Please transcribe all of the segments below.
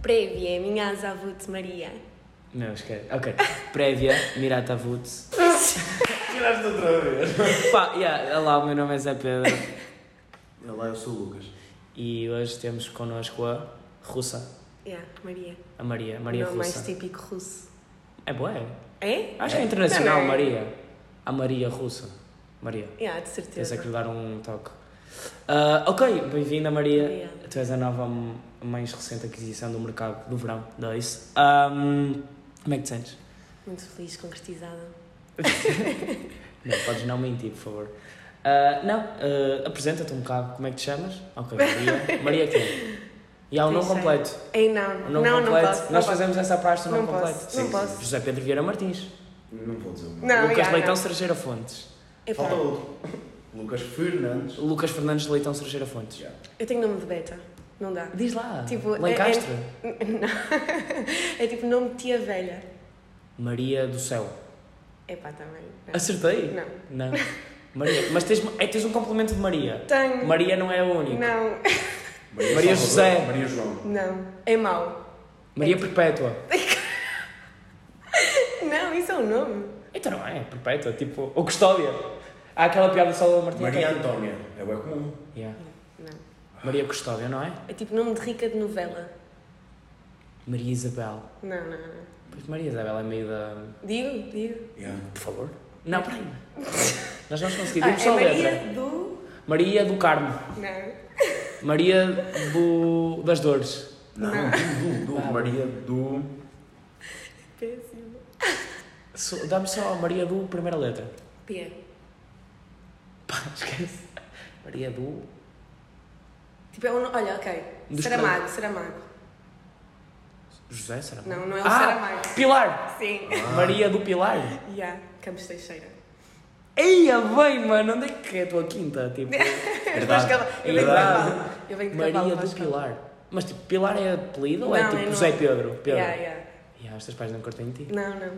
prévia, minha Azavut Maria. Não, esquece. Ok. Prévia, Mirata Woods. Tiraste outra vez. Pá, yeah, olá, o meu nome é Zé Pedro Olá, eu sou o Lucas. e hoje temos connosco a russa, Yeah, Maria. a Maria, Maria Não mais Russa. típico russo. É boa, é? É? Acho que é internacional, Não, não. Maria. A Maria Russa. Maria, Yeah, de tens é certeza. que lhe dar um toque. Ah, ok, bem-vinda, Maria. Obrigada. Tu és a nova, m- mais recente aquisição do mercado do verão, da isso. Ahm, como é que te sentes? Muito feliz, concretizada. Não, podes não mentir, por favor. Ah, não, ah, apresenta-te um bocado. Como é que te chamas? Ok, Maria. Maria quem? E há o nome Deixa. completo. Ei, não. O Não, Um nome não, completo. posso. Nós não posso. fazemos essa parte do nome Não completo. posso, não Sim, posso. José Pedro Vieira Martins. Não vou dizer o meu. Não, Lucas yeah, Leitão não. Sergeira Fontes. Epá, Falta outro. Lucas Fernandes. Lucas Fernandes Leitão Sergeira Fontes. Já. Eu tenho nome de beta. Não dá. Diz lá. Tipo, é- Lencastre. Não. É tipo nome de tia velha. Maria do Céu. Epá, também. não. Acertei? Não. Não. Maria. Mas tens, é, tens um complemento de Maria. Tenho. Maria não é a única. Não. Maria Salvador. José. Maria João. Não. É mau. Maria Perpétua. Não, isso é um nome. Então não é, Perpétua. Tipo, ou Custódia. Há aquela piada do Salvador Martins. Maria que é tipo- Antónia. É bem comum. Yeah. Não. Maria Custódia, não é? É tipo nome de rica de novela. Maria Isabel. Não, não, não. Pois Maria Isabel é meio da. Digo, digo. Já. Por favor. Não, peraí. Nós vamos conseguir. Ah, Digo é só a Maria letra. do. Maria do Carmo. Não. Maria do... das Dores. Não, do, do, do. Ah. Maria do. Péssimo. So- Dá-me só a Maria do primeira letra. P. Pá, esquece. Maria do. Tipo, é um. no- Olha, ok. Dos Saramago, Saramago. José, será? Não, não é o ah, Saramago. Pilar! Sim. Maria do Pilar? Já. Yeah. Campos Teixeira. Eia, bem, mano, onde é que é a tua quinta? Tipo, Mas cala- Eu venho de Verdade. cavalo. Eu venho de cavalo. Maria do Vasco. Pilar. Mas tipo, Pilar é apelido ou é Não, tipo é José nome. Pedro? Pedro. Yeah, yeah. Yeah, os teus pais não cortam em ti. Não, não.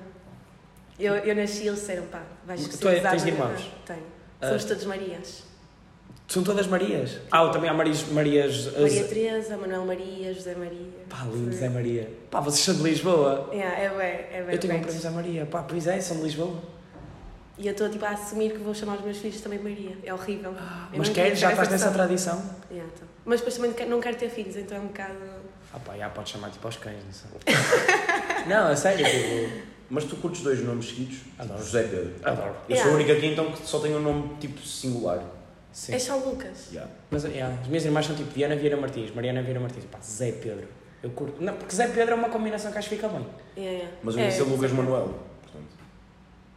Eu, eu nasci e eles disseram, pá, vais Tu é- especializar tens na- irmãos? Tenho. Ah. Somos todos Marias. São todas Marias. Ah, também há Marias. Marias Maria Teresa, Manuel Maria, José Maria. Pá, lindo Zé Maria. Pá, vocês são de Lisboa. Yeah, é bem, é bem. Eu tenho um bem. primo Zé Maria. Pá, pois é, são de Lisboa. E eu estou tipo a assumir que vou chamar os meus filhos também Maria. É horrível. Eu Mas não queres? queria Já ter essa estás nessa pessoa. tradição? Yeah, então. Mas depois também não quero- não quero ter filhos, então é um bocado. Ah pá, já podes chamar tipo aos cães, não sei. não, é sério, tipo... Mas tu curtes dois nomes seguidos? Adoro. José Pedro. Adoro. Eu sou Yeah. a única aqui então que só tem um nome tipo singular. Sim. É São Lucas. Já. Mas, yeah, as minhas irmãs são tipo Diana Vieira Martins, Mariana Vieira Martins. Pá, Zé Pedro. Eu curto. Não, porque Zé Pedro é uma combinação que acho que fica bem. Yeah, yeah. Mas eu é. ia ser Lucas Manuel. Portanto.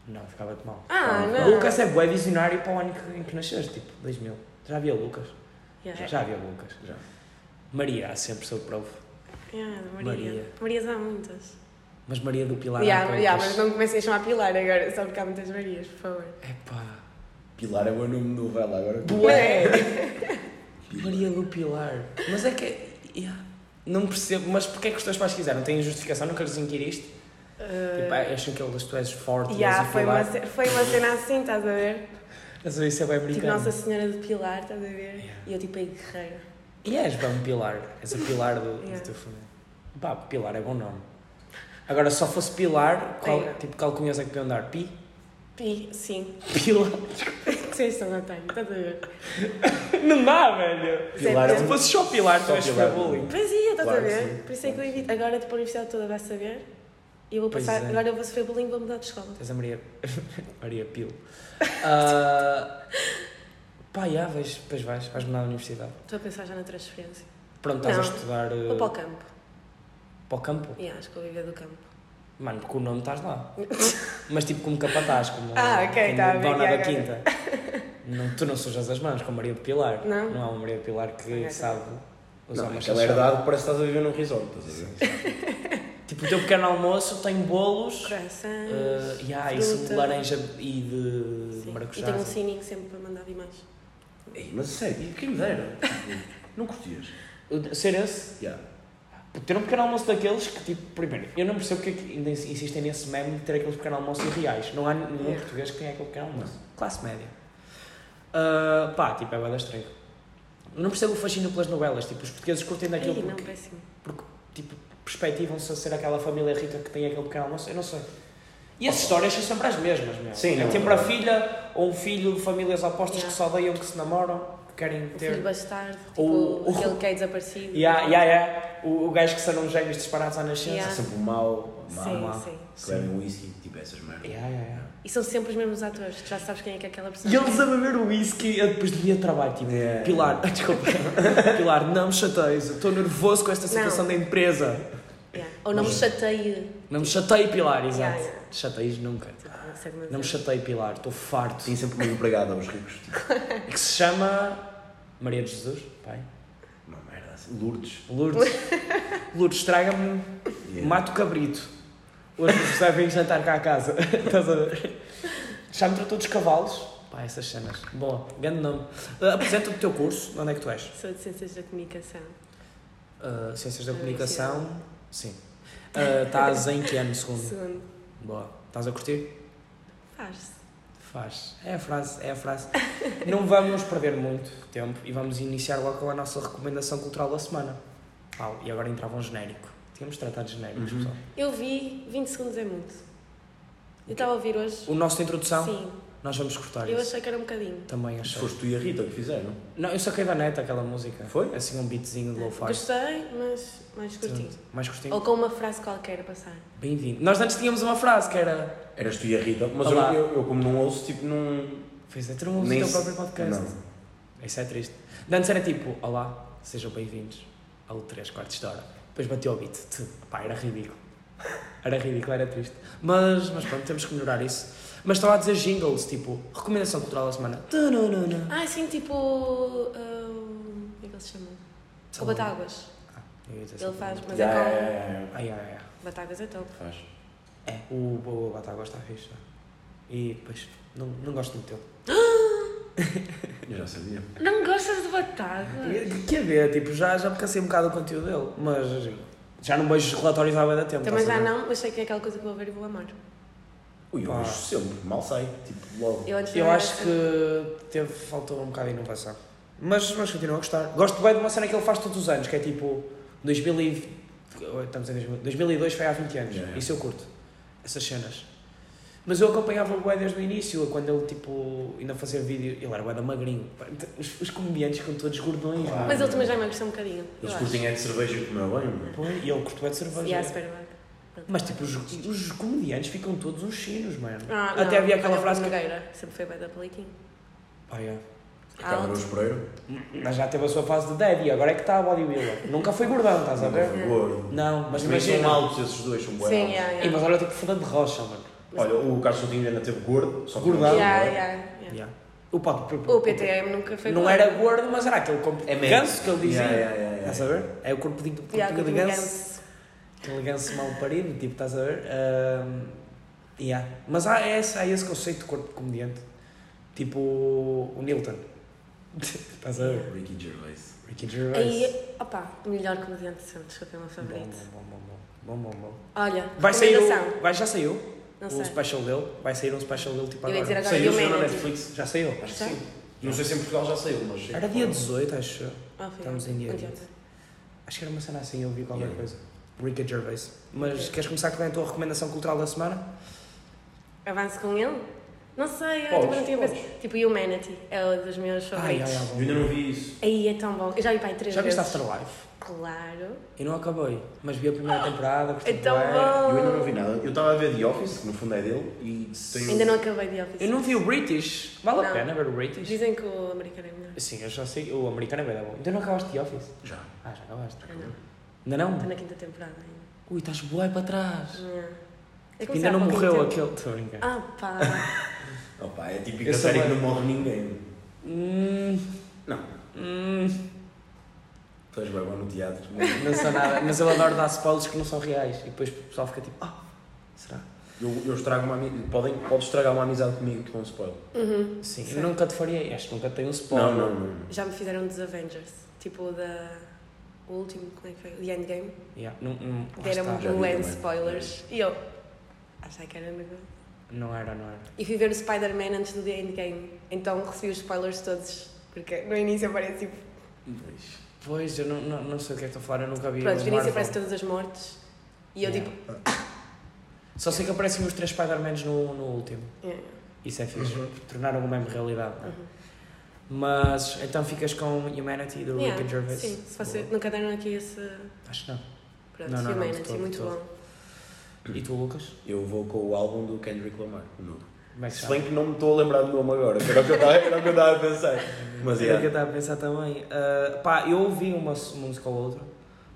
Não, ficava de mal. Ah, Não. não. Lucas é bué visionário para o ano que- em que nasceste, tipo, 2000. Já havia Lucas? Yeah. Já havia Lucas. Já. Maria, há sempre sou provo. Yeah, Maria. Maria. Marias há muitas. Mas Maria do Pilar Yeah, há yeah, mas quantas? não comecem a chamar Pilar agora, só porque há muitas Marias, por favor. Epá. Pilar é o meu nome de novela agora. Bué! Eh, Maria do Pilar. Mas é que. yeah, Não percebo, mas porquê é que os teus pais quiseram? Têm justificação? Nunca lhes inquiriste? Uh, Tipo, é, ah, acham que eles, tu és forte, yeah, és o foi, uma, Pilar. ce- foi uma cena assim, estás a ver? Mas isso é bem Tipo brincando. Nossa Senhora de Pilar, estás a ver? Yeah. E eu tipo, é guerreira. E és bem Pilar. És a Pilar do, Yeah. do teu família. Pá, Pilar é bom nome. Agora, se só fosse Pilar, qual, Tem. tipo, que alcunhas é que podiam dar? Pi? Pi, sim. Pilar? que sexta não tenho, estás a ver? Não dá, velho! Pilar é Se um- fosse só Pilar, Só tu és Pilar. para bullying. Pois ia, estás Claro a que ver? sim. Por isso é que eu Claro que invito. Agora, tipo, a universidade toda vai saber. E eu vou Pois passar. é. Agora eu vou sofrer bullying e vou mudar de escola. Tens a Maria. Maria Pil. Ah, pá, já, vais, depois vais, vais mudar de universidade. Estou a pensar já na transferência. Pronto, estás a Não. estudar. eh, Vou para o campo. para o campo? Yeah, acho que vou viver do campo. Mano, porque o nome estás lá. Mas tipo como capataz, como, Ah, ok, como tá, dona obrigada. da quinta. Não, tu não sujas as mãos com Maria do Pilar. Não? Não há uma Maria do Pilar que Ok. sabe usar Não, uma aquela é chachada. herdade parece que estás a viver num resort, estás a ver? Tipo, o teu pequeno almoço tem bolos. Corações. Uh, yeah, isso de fruta. laranja e de Sim. E maracujá. assim. tenho um sininho sempre para mandar vir mais. Ei, mas sério, e quem me dera? Tipo, não curtias? O- Ser esse? Yeah. Ter um pequeno almoço daqueles que, tipo, primeiro, eu não percebo porque é que ainda insistem nesse meme de ter aqueles pequeno almoços irreais. Não há nenhum Yeah. português que tenha aquele pequeno almoço. Classe média. Ah, pá, tipo, é bada estranho. Eu Não percebo o fascínio pelas novelas. Tipo, os portugueses curtem daquilo Ei, não, porque, péssimo. porque, tipo, perspectivam-se a ser aquela família rica que tem aquele pequeno almoço, eu não sei. E as histórias são sempre as mesmas, meu. Sim, é não, sempre a não. filha ou um filho de famílias opostas Yeah. que se odeiam, que se namoram, que querem O ter. filho bastardo, tipo, Ou- ou- aquele que é desaparecido. um- Oh, Yeah, yeah, yeah. O, o gajo que são uns gêmeos disparados à nascença. Yeah. Há sempre um mau, um mau, Sim, mau, sim. que bebem whisky, tipo essas merdas. Yeah, yeah, yeah. E são sempre os mesmos atores, tu já sabes quem é que é aquela pessoa. E eles a beber o whisky eu depois do dia de trabalho, tipo, Yeah. Pilar, desculpa, Pilar, não me chateies, eu estou nervoso com esta situação Não. da empresa. Yeah. Ou não me chateie. Não me chatei, Pilar, exato. Yeah, yeah. Chateias nunca. Não sei como Ah, Não me dizer. chatei, Pilar, estou farto. Tem sempre um empregado aos ricos, tipo, Que se chama Maria de Jesus, pai. uma merda assim. Lourdes. Lourdes. Lourdes, traga-me um Yeah. Mato Cabrito. Hoje o José vem jantar cá a casa. Estás a ver? Já me tratou dos cavalos. Pá, essas cenas. Bom, grande nome. Ah, apresenta o teu curso, onde é que tu és? Sou de Ciências da Comunicação. Ah, Ciências da Ah, Comunicação. Sim. Ah, Estás em que ano, segundo? Segundo. Boa. Estás a curtir? Faz-se. Faz. É a frase, é a frase. Não vamos perder muito tempo e vamos iniciar logo com a nossa recomendação cultural da semana. Pau, e agora entrava um genérico. Tínhamos de tratar de genéricos, Uhum. pessoal. Eu vi 20 segundos é muito. Eu estava a ouvir hoje. O nosso introdução, Sim. nós vamos cortar Eu isso. achei que era um bocadinho. Também Se achei. foste tu e a Rita que fizeram. Não, eu saquei da neta aquela música. Foi? Assim um beatzinho de lo-fi. Gostei, mas mais curti. Mais curtinho. Ou com uma frase qualquer a passar. Bem-vindo. Nós antes tínhamos uma frase que era... Eras tu e a Rita, mas eu, Olá. eu, eu como não ouço, tipo, não. Fez até um teu próprio podcast. Não. Isso é triste. De Antes era tipo, olá, sejam bem-vindos ao 3 quartos de hora. Depois bateu o beat. Tch, Pá, era ridículo. Era ridículo, era triste. Mas, mas pronto, temos que melhorar isso. Mas estava a dizer jingles, tipo, recomendação cultural da semana. Tananana. Ah, sim, tipo. ah, como é que ele se chama? O Batáguas. Ah, eu ia dizer Ah, Ele sempre. faz, mas Já, é já, já, já. Ai, ai, ai. com. Batáguas é top. Faz. É, o, o Batágua está fixe. tá? E depois, não, não gosto muito dele. Eu já sabia. Não gostas de Batáguas? Que- Quer ver, tipo, já, já me cansei um bocado do conteúdo dele, mas assim, já não vejo os relatórios há bem da tempo. Também estás a já ver? não, mas sei que é aquela coisa que vou ver e vou amar. Ui, eu Pá. vejo sempre, mal sai, tipo, logo. Eu, antes não Eu era acho assim. que teve, faltou um bocado de inovação. Mas, mas continuo a gostar. Gosto bem de uma cena que ele faz todos os anos, que é tipo 2000 e- estamos em 2000 2002 foi há 20 anos. Yeah. Isso eu curto. Essas cenas. Mas eu acompanhava o bué desde o início, quando ele tipo ainda fazia vídeo. Ele era bué da magrinho. Os, os comediantes com todos gordões. Claro. Mas ele também já emagreceu um bocadinho. eu Eles acho. curtem é de cerveja e comer bem, mano. Pô, E ele curto bué de cerveja. E há super bem. Mas tipo, os, os comediantes ficam todos uns chinos, mano. Ah, Até não, havia aquela olha, o frase que- Nogueira sempre foi bem da Peliquim. Pá, yeah. Carlos Alto. Araújo Pereira. Mas já teve a sua fase de daddy, agora é que está a bodybuilder. Nunca foi gordão, estás a ver? Nunca foi gordo. Não, mas Mas também imagina. são altos esses dois, são bué Ah, Sim, altos. yeah, Ei, mas yeah. olha, tipo foda de rocha, mano. Olha, o Carlos Coutinho ainda teve gordo, só que Gordão. não é? Yeah, yeah, yeah. Yeah. O pato O PTM nunca foi não bom. era gordo, mas era aquele corpo É de médio. ganso que ele dizia. Yeah, yeah, yeah, yeah. Estás a ver? É o corpo de, corpo Yeah, de com ganso. ganso. Aquele ganso mal parido, tipo, estás a ver? Ahm, yeah. Mas há é esse, há esse conceito de corpo de comediante. Tipo o Nilton. estás a ver? Ricky Gervais. Ricky Gervais. Aí, opa, o melhor comediante de sempre, desculpa, é o meu Bom, bom, favorito. bom, bom, bom, bom, bom, bom. Olha, Vai sair recomendação. o, vai, já saiu Não o sei. special dele. Vai sair um special dele tipo Eu ia agora. dizer agora Saiu o saiu na Manager. Netflix? Já saiu? Acho que Já? sim. Não sei se em Portugal já saiu, mas. sei Era que dia foi. 18, acho. eu. Ah, foi Estamos em ontem, dia ontem, vinte. ontem. Acho que era uma cena assim, eu vi qualquer Yeah. coisa. Ricky Gervais. Mas Ok. queres começar com a tua recomendação cultural da semana? Avanço com ele? Não sei, eu Podes, tipo, não tinha podes. pensado. Tipo, Humanity é um dos meus Ai, ai, favoritos. ai, Eu bom. ainda não vi isso. Aí é tão bom. Eu já vi para aí três Já vezes. viste Afterlife? Claro. Eu não acabei, mas vi a primeira temporada. curti É tão bué. bom. Eu ainda não vi nada. Eu estava a ver The Office, que no fundo é dele, e um- tenho. Ainda não acabei de ouvir. Eu não vi o British. Vale a Não. pena ver o British? Dizem que o americano é melhor. Sim, eu já sei. O americano é bem bom. Ainda não acabaste The Office? Já. Ah, já acabaste. Ah, não. Ainda Estou não? na quinta temporada ainda. Ui, estás bué para trás. Não. Eu comecei É Ainda há não pouco morreu tempo. aquele. Estou a brincar. Ah, pá. Opa, é Eu típica sou série que bem. não morre ninguém. Hum, Não, hum. tu és bem bom no teatro. mas Não sou nada, mas eu adoro dar spoilers que não são reais. E depois o pessoal fica tipo, ah, será? Eu, eu estrago uma amizade. Podem, podes estragar uma amizade comigo com um spoiler. Uhum. Sim, Sim. eu nunca te faria este, nunca tenho um Não, spoiler. não, não. Já me fizeram dos Avengers. Tipo, da... O último, como é que foi? The Endgame. Yeah, não, não, lá Deram-me já vi bué de também. spoilers. É. E eu... Achei que era negócio. está. não era, não era. E fui ver o Spider-Man antes do The Endgame. Então recebi os spoilers todos. Porque no início aparece tipo... Pois. Pois, eu não, não, não sei o que é que estou a falar, eu nunca vi Pronto, no o início Marvel. aparece todas as mortes. E eu Yeah. tipo. Só sei que aparecem os três Spider-Mans no, no último. yeah. Uhum. Isso é fixe. Uhum. Tornaram o mesmo realidade, Ah. não é? Mas então ficas com Humanity do Yeah, Rick and Gervais? Sim, se você Boa. nunca deram aqui esse. Acho que não. Pronto, Não, não, não, de Humanity, todo, de muito todo. bom. E tu, Lucas? Eu vou com o álbum do Kendrick Lamar. Não. Como é que se Se chama? bem que não me estou a lembrar do nome agora, que era o que eu estava- era o que eu estava a pensar. Mas Era o que eu é. estava a pensar também. Ah, pá, eu ouvi uma s- música ou outra.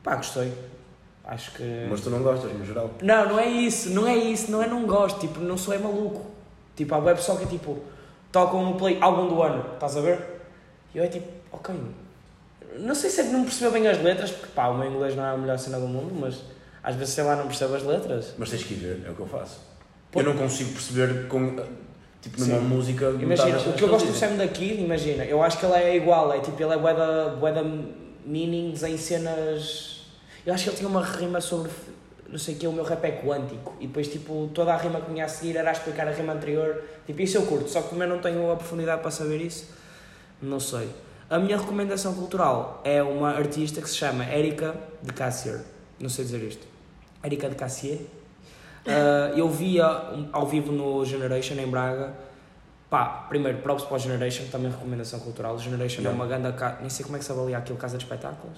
Pá, gostei. Acho que. Mas tu não gostas, no geral. Não, não é isso, não é isso, não é não gosto, tipo, não sou é maluco. Tipo, há web pessoal que é tipo, tocam um play álbum do ano, estás a ver? E eu é tipo, ok. Não sei se é que não percebeu bem as letras, porque pá, o meu inglês não é a melhor cena do mundo, mas às vezes sei lá não percebo as letras. Mas tens que ir ver, é o que eu faço. Pô. Eu não consigo perceber com. Tipo, numa Sim. música. Imagina, metade das o que eu coisas gosto do eles Sam daqui, imagina, eu acho que ele é igual, é tipo, ele é bué da- bué da meanings em cenas. Eu acho que ele tinha uma rima sobre não sei o que, o meu rap é quântico. E depois, tipo, toda a rima que vinha a seguir era a explicar a rima anterior. Tipo, isso eu curto, só que como eu não tenho a profundidade para saber isso, não sei. A minha recomendação cultural é uma artista que se chama Erika de Cassier. Não sei dizer isto. Erika de Cassier. Ah, eu via um- ao vivo no Generation em Braga. Pá, primeiro, props para o Generation, também é recomendação cultural. O Generation é Yeah. uma ganda. ca- Nem sei como é que se avalia aquilo, casa de espetáculos.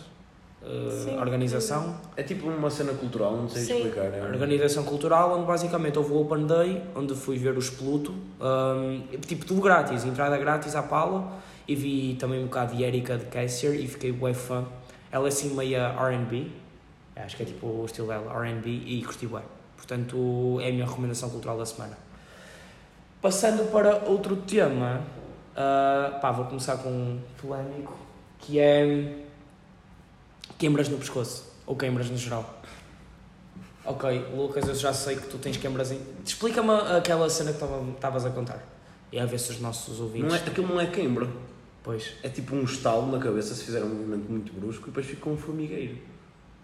Ah, Sim. organização. dizem. É tipo uma cena cultural, não sei Sim. explicar. É. Organização cultural, onde basicamente houve o Open Day, onde fui ver os Pluto, hum, tipo tudo grátis, entrada grátis à pala, e vi também um bocado de Erika de Kessier e fiquei bué fã. Ela é assim meia RB, acho que é tipo o estilo dela, RB, e curti bué. Portanto, é a minha recomendação cultural da semana. Passando para outro tema, ah, pá, vou começar com um polémico, que é queimbras no pescoço, ou queimbras no geral. Ok, Lucas, eu já sei que tu tens queimbras em... Explica-me aquela cena que tava- estavas a contar. E a ver se os nossos ouvintes... Não é, aquilo não é queimbra. Pois, É tipo um estalo na cabeça se fizer um movimento muito brusco e depois fica um formigueiro.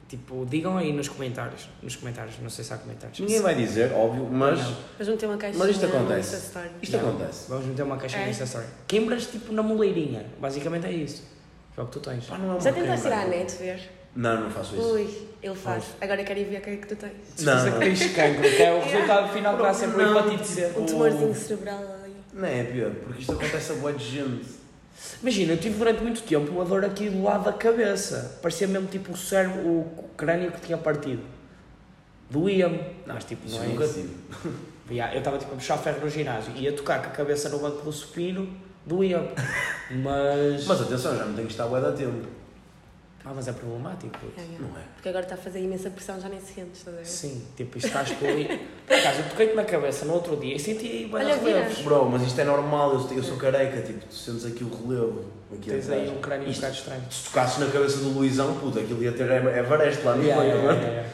tipo, digam aí nos comentários. Nos comentários, não sei se há comentários. Ninguém vai dizer, óbvio, mas Não. Mas não tem uma caixa Mas isto acontece. isto Não. acontece. Vamos meter uma caixa É. nesta história. Queimbras, tipo, na moleirinha. Basicamente é isso. É o que tu tens. Pá, não é uma Já tentaste ir queimbra. à net ver? Não, não faço isso. Ui, ele faz. Agora quero ir ver o que é que tu tens. Certeza Não. que tens cancro, que é o resultado final que dá sempre o Não. hepatite C. Um tumorzinho cerebral ali. Não é pior, porque isto acontece a boa de gente. Imagina, eu tive durante muito tempo uma dor aqui do lado da cabeça. Parecia mesmo tipo o cérebro, o crânio que tinha partido. Doía-me. Mas tipo, Isso não é nunca isso. tive. Ya, eu estava tipo a puxar ferro no ginásio. Ia tocar com a cabeça no banco do supino. Doía-me. Mas... Mas atenção, já não tenho que estar boa a tempo. Ah, mas é problemático. É, é. Não é? Porque agora está a fazer imensa pressão, já nem se sentes, estás a ver? Sim, tipo, isto estás por ali. Por acaso, eu toquei-te na cabeça no outro dia e senti bué Olha, de vira. relevos. Bro, mas isto é normal, eu, eu sou careca, tipo, tu sentes aqui o relevo. Aqui Tens atrás. aí um crânio um Isto- bocado estranho. Se tocasses na cabeça do Luizão, puta, aquilo ia ter Everest lá no meio, não é?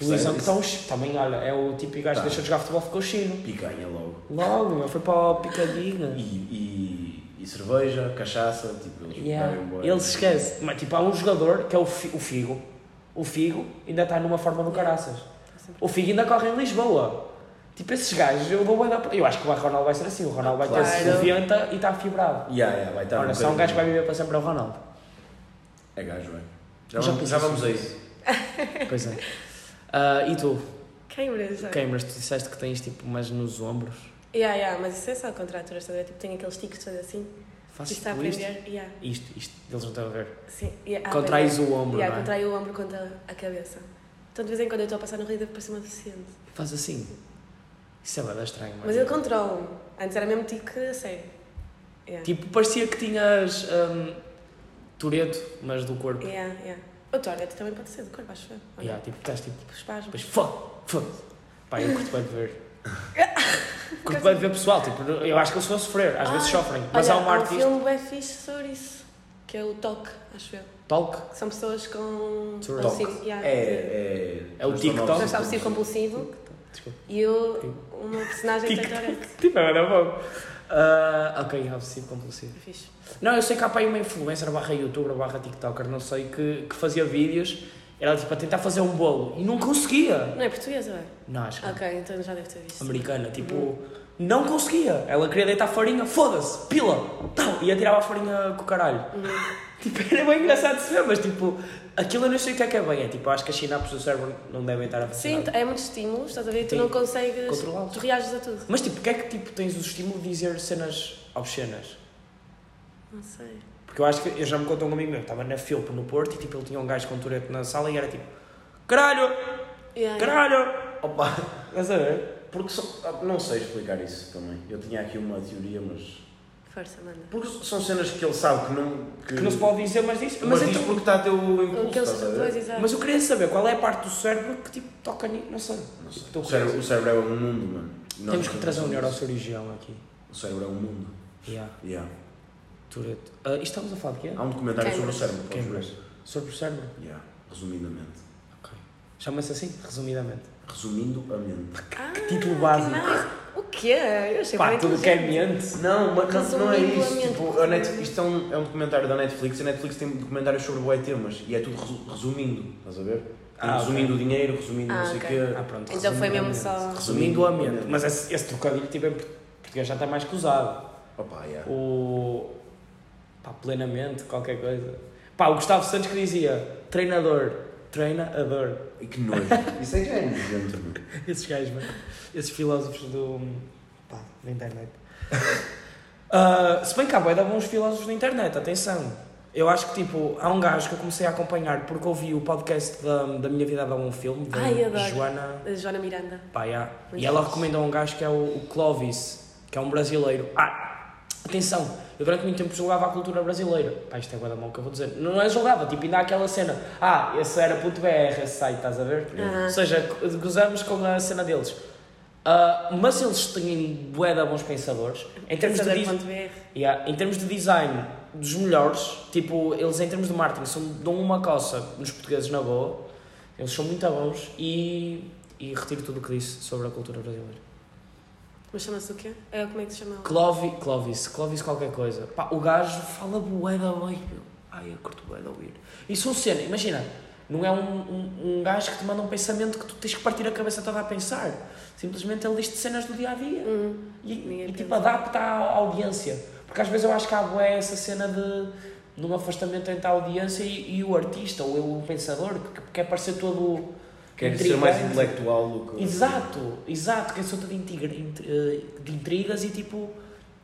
O Luizão que está um chi- Também, olha, é o típico gajo que Tá. deixa de jogar futebol ficou chino. Picanha logo. Logo, meu, foi para o Picadinha. E, e, e cerveja, cachaça, tipo, eles Yeah. bebem bué. é, Ele se esquece. Mas tipo, há um jogador que é o, Fi- o Figo. O Figo ainda está numa forma do caraças. O Figo ainda corre em Lisboa. Tipo, esses gajos, eu vou dar Eu acho que o Ronaldo vai ser assim. O Ronaldo vai ter Claro. 90 e está fibrado. Yeah, yeah, vai estar Olha, um só um gajo que vai bocadinho. viver para sempre é o Ronaldo. É gajo, é. Já Já, vamos- pensei já vamos a isso. Pois é. Ah, e tu, Queimbras, já. queimas, tu disseste que tens tipo umas nos ombros. Yeah, yeah, mas isso é só contraturas, estás a ver? Tipo, tem aqueles tiques todos assim. Fazes Isto está a tipo isto? aprender. Yeah. Isto, isto, eles não estão a ver. Sim. Yeah, a Contrais aprender. o ombro, Yeah, não é? contrai o ombro contra a cabeça. Então, de vez em quando, eu estou a passar no rio e devo para cima do deficiente. Faz assim. Isso é bada estranho, mano. Mas eu controlo-me. Antes era mesmo tique a sério. Yeah. Tipo, parecia que tinhas hum, Toreto, mas do corpo. Yeah, yeah. O Tourette também pode ser do corpo, acho eu. ou não? Yeah, tipo, estás tipo, Tipo espasmo. depois fuck, fuck. Pá, eu curto bem de ver. curto bem de ver pessoal, tipo, eu acho que eles vão sofrer, às vezes Ai, sofrem. Mas Olha, há uma artista. um filme bem fixe sobre isso. Que é o TOC, acho eu. Talk. Que são pessoas com... Tourette. compulsivo- É, Yeah, que- é. É o TikTok. Já está obsessivo compulsivo. Desculpa. E eu, uma personagem tem Tic- Tourette. Tipo, era bom. Ah, ok, obsessivo compulsivo. É Fixe. Não, eu sei que há para aí uma influencer barra youtuber barra tiktoker, não sei, que, que fazia vídeos, era tipo a tentar fazer um bolo e não conseguia. Não é portuguesa, é? Não, acho que não. Ok, então já deve ter visto. americana, tipo, Não conseguia. Ela queria deitar farinha, foda-se, pila, tal, e atirava a farinha com o caralho. Tipo, era bem engraçado de se ver, mas tipo, aquilo eu não sei o que é que é bem. É tipo, acho que as sinapses do cérebro não devem estar a Sim, funcionar. é muito estímulo, estás a ver? Tu Sim. não tá- consegues. Controlá-los. Tu reages a tudo. Mas tipo, porque é que tipo, tens o estímulo de dizer cenas obscenas? Não sei. Porque eu acho que eu já me contou um amigo meu, estava na Filpo no Porto e tipo, ele tinha um gajo com Tourette na sala e era tipo, caralho, Yeah, yeah. caralho, opa, estás a ver? Porque só, ah, não sei explicar isso também. Eu tinha aqui uma teoria, mas. Força, manda. Porque são cenas que ele sabe que não. Que não se pode dizer, mas diz. Mas, Mas, diz então, porque está a ter o impulso. Aqueles estás a ver? dois, exato. mas eu queria saber qual é a parte do cérebro que tipo, toca nisso, não sei. Não sei. Tipo, tô O cérebro, curioso. o cérebro é um mundo, mano. Nós Temos que não trazer um somos. neurocirurgião aqui. O cérebro é um mundo. Yeah, Yeah. Tourette. Ah, e estamos a falar de quê? Há um documentário sobre o Câmeras. cérebro, podes Câmeras. ver. Sobre o cérebro? Yeah. Resumidamente. Ok. Chama-se assim, resumidamente. Resumindo a mente. Ah, título básico. nice. O quê? Eu achei Pá, bem tudo que é inteligente. mente. Não, mas não, não é Resumindo a isso. mente. Tipo, a Net- isto é um, é um documentário da Netflix e a Netflix tem documentários sobre bué temas e é tudo resu- resumindo, estás a ver? Tem Ah, ok. resumindo o dinheiro, resumindo Ah, não sei o ok. quê. Ah, pronto. Então foi mesmo resumidamente. só. Resumindo a mente. Mas esse, esse trocadilho tipo, em port- português já está mais que usado. Ah. Opa, yeah. O. pá, plenamente, qualquer coisa. Pá, o Gustavo Santos que dizia treinador, treinador. E que nojo. Isso é que já é nojento, mano. Esses gajos, mano. Esses filósofos do. pá, da internet. Ah, se bem que há bué de bons filósofos na internet, atenção. Eu acho que tipo, há um gajo que eu comecei a acompanhar porque ouvi o podcast da, da Minha Vida Dá um Filme, da Ai, adoro. Joana. A Joana Miranda. Pá, yeah. Muito E ela fixe. recomendou um gajo que é o, o Clovis, que é um brasileiro. Ah, atenção, eu durante muito tempo julgava a cultura brasileira. Pá, isto é guarda mal que eu vou dizer. Não não é julgava, tipo, ainda há aquela cena. Ah, esse era puto BR, esse site, estás a ver? Ah. Ou seja, co- gozamos com a cena deles. Ah, mas eles têm bué de bons pensadores. Em termos de, dis- Pensador.br. Yeah, Em termos de design, dos melhores, tipo, eles em termos de marketing são, dão uma coça nos portugueses na boa, eles são muito bons e, e retiro tudo o que disse sobre a cultura brasileira. Mas chama-se o quê? É, como é que se chama? Clovis, Clovis, Clovis qualquer coisa. Pá, o gajo fala bué da bem, meu. Ai, eu curto bué de ouvir. E são cena, imagina, não é um, um, um gajo que te manda um pensamento que tu tens que partir a cabeça toda a pensar. Simplesmente ele diz-te cenas do dia-a-dia. Hum. E, Ninguém e tipo, pensa. adapta à audiência. Porque às vezes eu acho que há bué essa cena de num afastamento entre a audiência e, e o artista, ou o pensador, que que quer parecer todo. Quer ser intrigante. mais intelectual do que. Exato, exato, quer ser todo de, intriga- int- eh, de intrigas e tipo.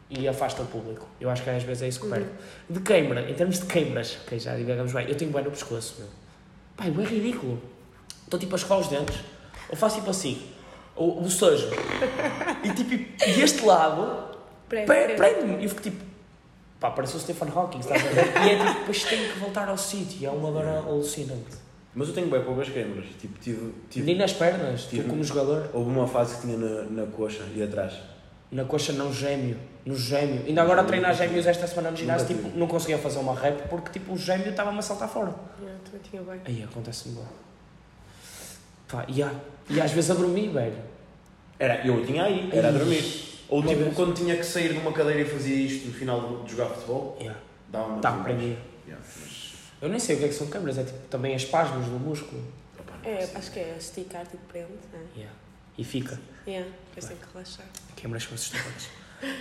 E afasta o público. Eu acho que às vezes é isso que perde. De câimbra, em termos de câimbras, ok, já digamos bem, eu tenho bem no pescoço, meu. Pai, é ridículo. Estou tipo a escovar os dentes, ou faço tipo assim, ou bocejo. e tipo, e este lado Prego, Pre- prego. prende-me. E eu fico tipo, pá, parece o Stephen Hawking, estás a ver? E é tipo, depois tenho que voltar ao sítio, é uma dor alucinante. Mas eu tenho bem poucas câmeras. Tipo, tive. tive- Nem nas pernas, tu Tive- como jogador, Houve uma fase que tinha na, na coxa e atrás. na coxa não gêmeo, no gêmeo. Ainda agora treinar gêmeos esta semana no ginásio, tipo, não conseguia fazer uma rap porque tipo, o gêmeo estava-me a saltar fora. Yeah, também tinha bem. Aí acontece-me bem. Pá, e, há- e às vezes a dormir, velho. Era, eu tinha aí, era a dormir. Ou Meu tipo, Deus. quando tinha que sair de uma cadeira e fazia isto no final de- de jogar futebol, Yeah. dava uma. Tá, para mim. Yeah, mas, Eu nem sei o que é que são câmeras, é tipo também as espasmos do músculo. opa, não É, consigo. acho que é esticar, tipo, prende. Yeah. E fica. É, yeah, depois tem que relaxar. Câmaras são assustadoras.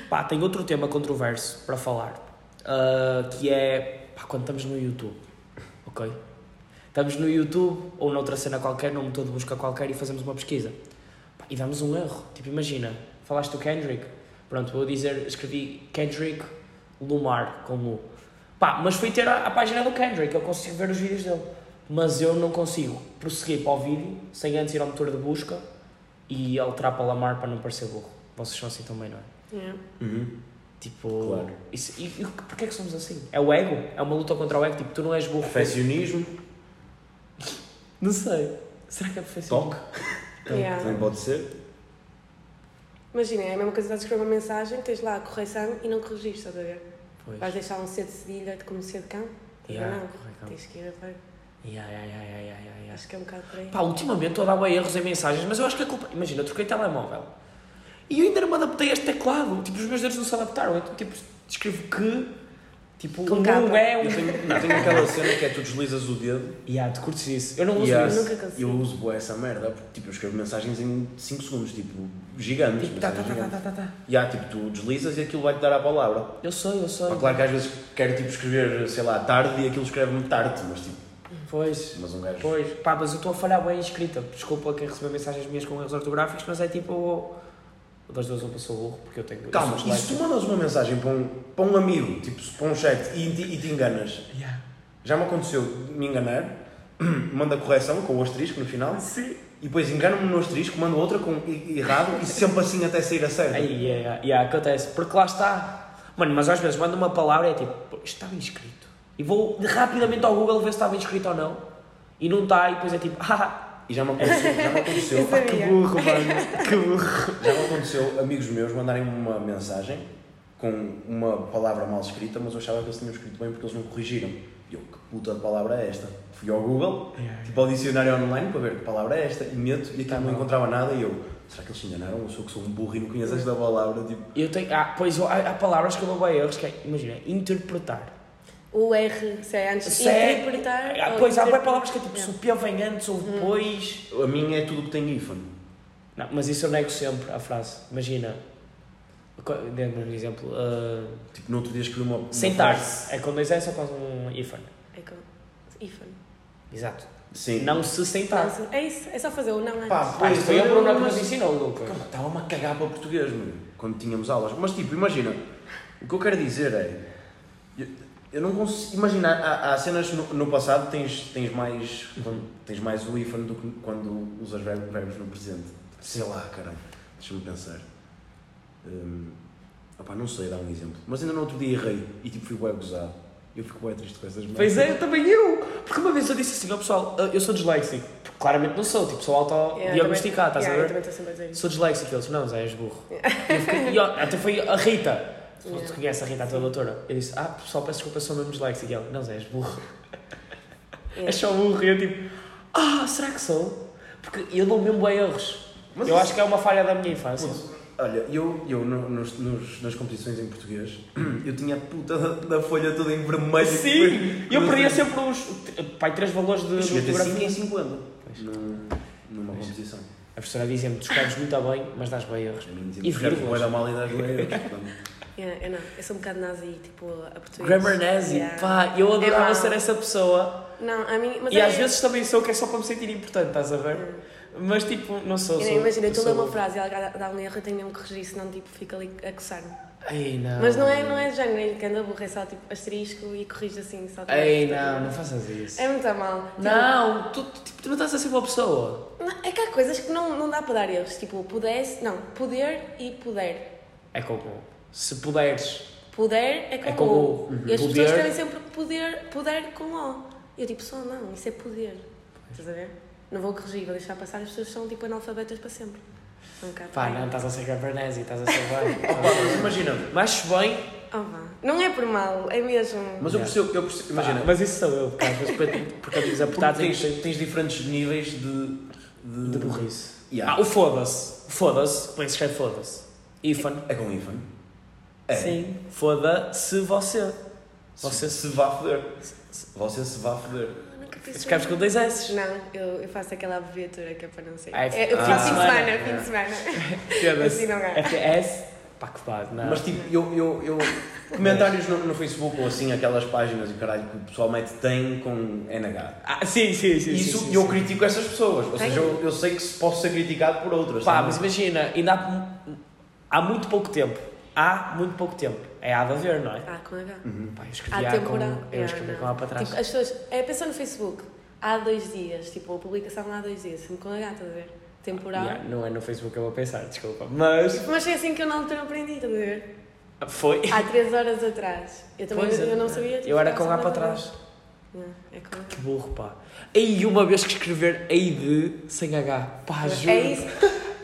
pá, tem outro tema controverso para falar, ah, que é pá, quando estamos no YouTube, ok? Estamos no YouTube ou noutra cena qualquer, num motor de busca qualquer e fazemos uma pesquisa. Pá, e damos um erro. Tipo, imagina, falaste do Kendrick. Pronto, vou dizer, escrevi Kendrick Lumar com U. Pá, mas fui ter a, a página do Kendrick, eu consigo ver os vídeos dele. Mas eu não consigo prosseguir para o vídeo sem antes ir ao motor de busca e alterar para Lamar para não parecer burro. Vocês são assim também, não é? Yeah. Uhum. Tipo, Claro. isso, e, e porquê é que somos assim? É o ego? É uma luta contra o ego? Tipo, tu não és burro. Perfeccionismo, Não sei. Será que é perfeccionismo? toque, É Yeah. também pode ser. Imagina, é a mesma coisa que estás a escrever uma mensagem, tens lá a correção e não corrigiste, estás a ver? Pois. Vais deixar um C de cedilha como C de cão? Yeah, Não, correto. tens que ir a ver. Yeah, yeah, yeah, yeah, yeah, yeah, yeah. Acho que é um bocado por aí. Pá, ultimamente estou a dar bué erros em mensagens, mas eu acho que a culpa. Imagina, eu troquei telemóvel e eu ainda não me adaptei a este teclado. Tipo, os meus dedos não se adaptaram. Então, tipo, escrevo que Tipo, Com não capa. é Eu um. tenho, não, tenho aquela cena que é tu deslizas o dedo Yeah, tu curtes isso. Eu não uso e há- isso. nunca consegui. eu uso boa essa merda, porque tipo, eu escrevo mensagens em 5 segundos, tipo, gigantes. Tipo, tá, tá, mensagens tá, tá, gigantes. tá, tá, tá. E há, tipo, tu deslizas e aquilo vai-te dar a palavra. Eu sei, eu sei. Mas claro que às vezes quero tipo escrever, sei lá, tarde e aquilo escreve-me tarde, mas tipo, Pois. mas um gajo. Pois, pá, mas eu estou a falhar bem a escrita. Desculpa quem recebeu mensagens minhas com erros ortográficos, mas é tipo. Das duas eu passou burro, porque eu tenho. Calma, eu sou e se tu mandas uma mensagem para um, para um amigo, tipo, para um chat e, te- e te enganas? disléxico. Yeah. Já me aconteceu me enganar, manda correção com o asterisco no final, Sim. e depois engano-me no asterisco, mando outra com e- errado e sempre assim até sair a certa. Aí, yeah, yeah, yeah, acontece, porque lá está. Mano, mas às vezes mando uma palavra e é tipo, "Pô, isto está bem escrito. E vou rapidamente ao Google ver se está bem escrito ou não. E não está, e depois é tipo, ah, E já me aconteceu, já me aconteceu, Eu pá, sabia. que burro, mano, que burro. Já me aconteceu amigos meus mandarem uma mensagem com uma palavra mal escrita, mas eu achava que eles tinham escrito bem porque eles não corrigiram. E eu, que puta de palavra é esta? Fui ao Google, Yeah. tipo ao dicionário online para ver que palavra é esta, e meto, e aquilo Tá não bom. encontrava nada, e eu, será que eles se enganaram? Eu sou que sou um burro e não conheço esta palavra, tipo... eu tenho. Ah, pois há, há palavras que eu vou a erros, que é, imagina, interpretar. O R, se é antes de Se é- interpretar. Ah, ou pois há bué interpre- palavras que é tipo, se Yeah. Uhum. o P vem antes ou depois. A minha é tudo que tem hífen. Não, mas isso eu nego sempre a frase. Imagina, co- dê-me um exemplo. ah, Tipo, no outro dia escrevi uma... uma frase- Sentar-se é com dois S ou com um hífen. É com hífen. Exato. Sim. Não se sentar. Não, É isso, é só fazer o não antes. Pá, Tá. Pá, isto foi o problema que Mas- nos ensinou, Lucas. Calma, Estava-me a cagar para o português, meu, quando tínhamos aulas. Mas tipo, imagina, o que eu quero dizer é. Eu, eu não consigo. Imagina, há, há cenas no, no passado tens, tens mais. quando- tens mais o ífone do que quando usas ver- verbos no presente. Sei lá, caralho. Deixa-me pensar. Hum, opá, não sei dar um exemplo. Mas ainda no outro dia errei e tipo fui bué gozado. Eu fico bué triste com essas merdas. Pois é, também eu. Porque uma vez eu disse assim, ó pessoal, eu sou disléxico. Porque claramente não sou, tipo, sou Yeah, autodiagnosticado, É, também- estás yeah, eu a ver? também estou sempre a dizer isso. Sou disléxico, eles, não, Zé, és burro. E eu fiquei- e ó, até foi a Rita. Tu Yeah. conheces a Rita, a tua doutora? Eu disse, ah, pessoal, peço desculpa, sou mesmo disléxico. E ela, não, Zé, és burro. Yeah. És só burro. E eu tipo, ah, será que sou? Porque eu dou mesmo a erros. Mas eu isso- acho que é uma falha da minha infância. Olha, eu, eu no- nos, nos- nas competições em português, eu tinha a puta da, da folha toda em vermelho. Sim, eu Mas- perdia sempre uns, pai, três valores de Eu cheguei a ter ortografia. 5 em 5 anos. Pois. Num- Numa composição. A professora dizia-me, tu escreves muito bem, mas dás bem erros. A mim E dizia-me que era vírgulas. bué da mal e das leias. portanto. Yeah, eu não, eu sou um bocado nazi, tipo, a português. Grammar nazi, Yeah. pá, eu adorava É mau. ser essa pessoa. Não, a mim. Mas e é- às vezes também sou que é só para me sentir importante, estás a ver? Hum. Mas tipo, não sou. Eu sou nem imagino, eu estou a ler sou- uma frase e ela dá- dá um erro, eu tenho mesmo que corrigir, senão tipo, fica ali a coçar-me. Ei, não. Mas não é, não é de género, nem que anda burra, é só tipo asterisco e corrige assim, tipo só Ei, não, não faças isso. É muito a mal. Tipo, Não, tu, tu- tipo, tu não estás a ser uma pessoa. não- É que há coisas que não, não dá para dar erros, tipo, pudesse, não, poder e poder. É como, se puderes. Poder é com, É com o. o. Uhum. E as Poder. pessoas querem sempre poder, poder com o. Eu tipo, só não, isso é poder. Estás a ver? Não vou corrigir, vou deixar passar, as pessoas são tipo analfabetas para sempre. Não cá. Pá, não, estás a ser gravernese, estás a ser bem. Opa, mas imagina, mas se bem. Oh, vá. Não é por mal, é mesmo. mas eu Yeah. percebo, eu percebo imagina, Imagina. mas isso sou eu, porque às vezes porque- porque amigos apertados porque tens tens, tens diferentes níveis de. de, de burrice. Yeah. Ah, o foda-se. Foda-se, como é que se escreve foda-se? Ifan. É com ífone? É. um Sim. Foda-se você. Você se vá foder. Você se vá foder. Ah, nunca fiz Escreves com dois S. Não, eu, eu faço aquela abreviatura que é para não ser. Ah, é é, eu fim faço de fim de semana. semana, fim É. de semana. Assim Foda-se. não é. FS. Pá, que pá, não. Mas tipo, eu. eu, eu comentários no, no Facebook ou assim, aquelas páginas e caralho que o pessoal mete tem com NH. Ah, sim, sim, sim. Isso sim, sim, eu sim. critico essas pessoas. Ou Tem. seja, eu, eu sei que se posso ser criticado por outras. é? Pá, também. mas imagina, ainda há, há muito pouco tempo. Há muito pouco tempo. É há de haver, não é? Ah, com H. Pá, eu escrevi Há A com... temporada. Eu escrevi não. com A para trás. Tipo, as pessoas. É pensar no Facebook. Há dois dias, tipo, a publicação há dois dias, sempre com H, estás a ver? Temporal. Yeah, não é no Facebook que eu vou pensar, desculpa. Mas... Mas é assim que eu na altura aprendi, estás a ver? Foi. Há três horas atrás. Eu também Pois é. eu não sabia. tipo, Eu era ficava com A sempre para na trás. dúvida. É, é com H. Que burro, pá. Ei, uma vez que escrever ei de sem H. Pá, Ah, juro. É isso.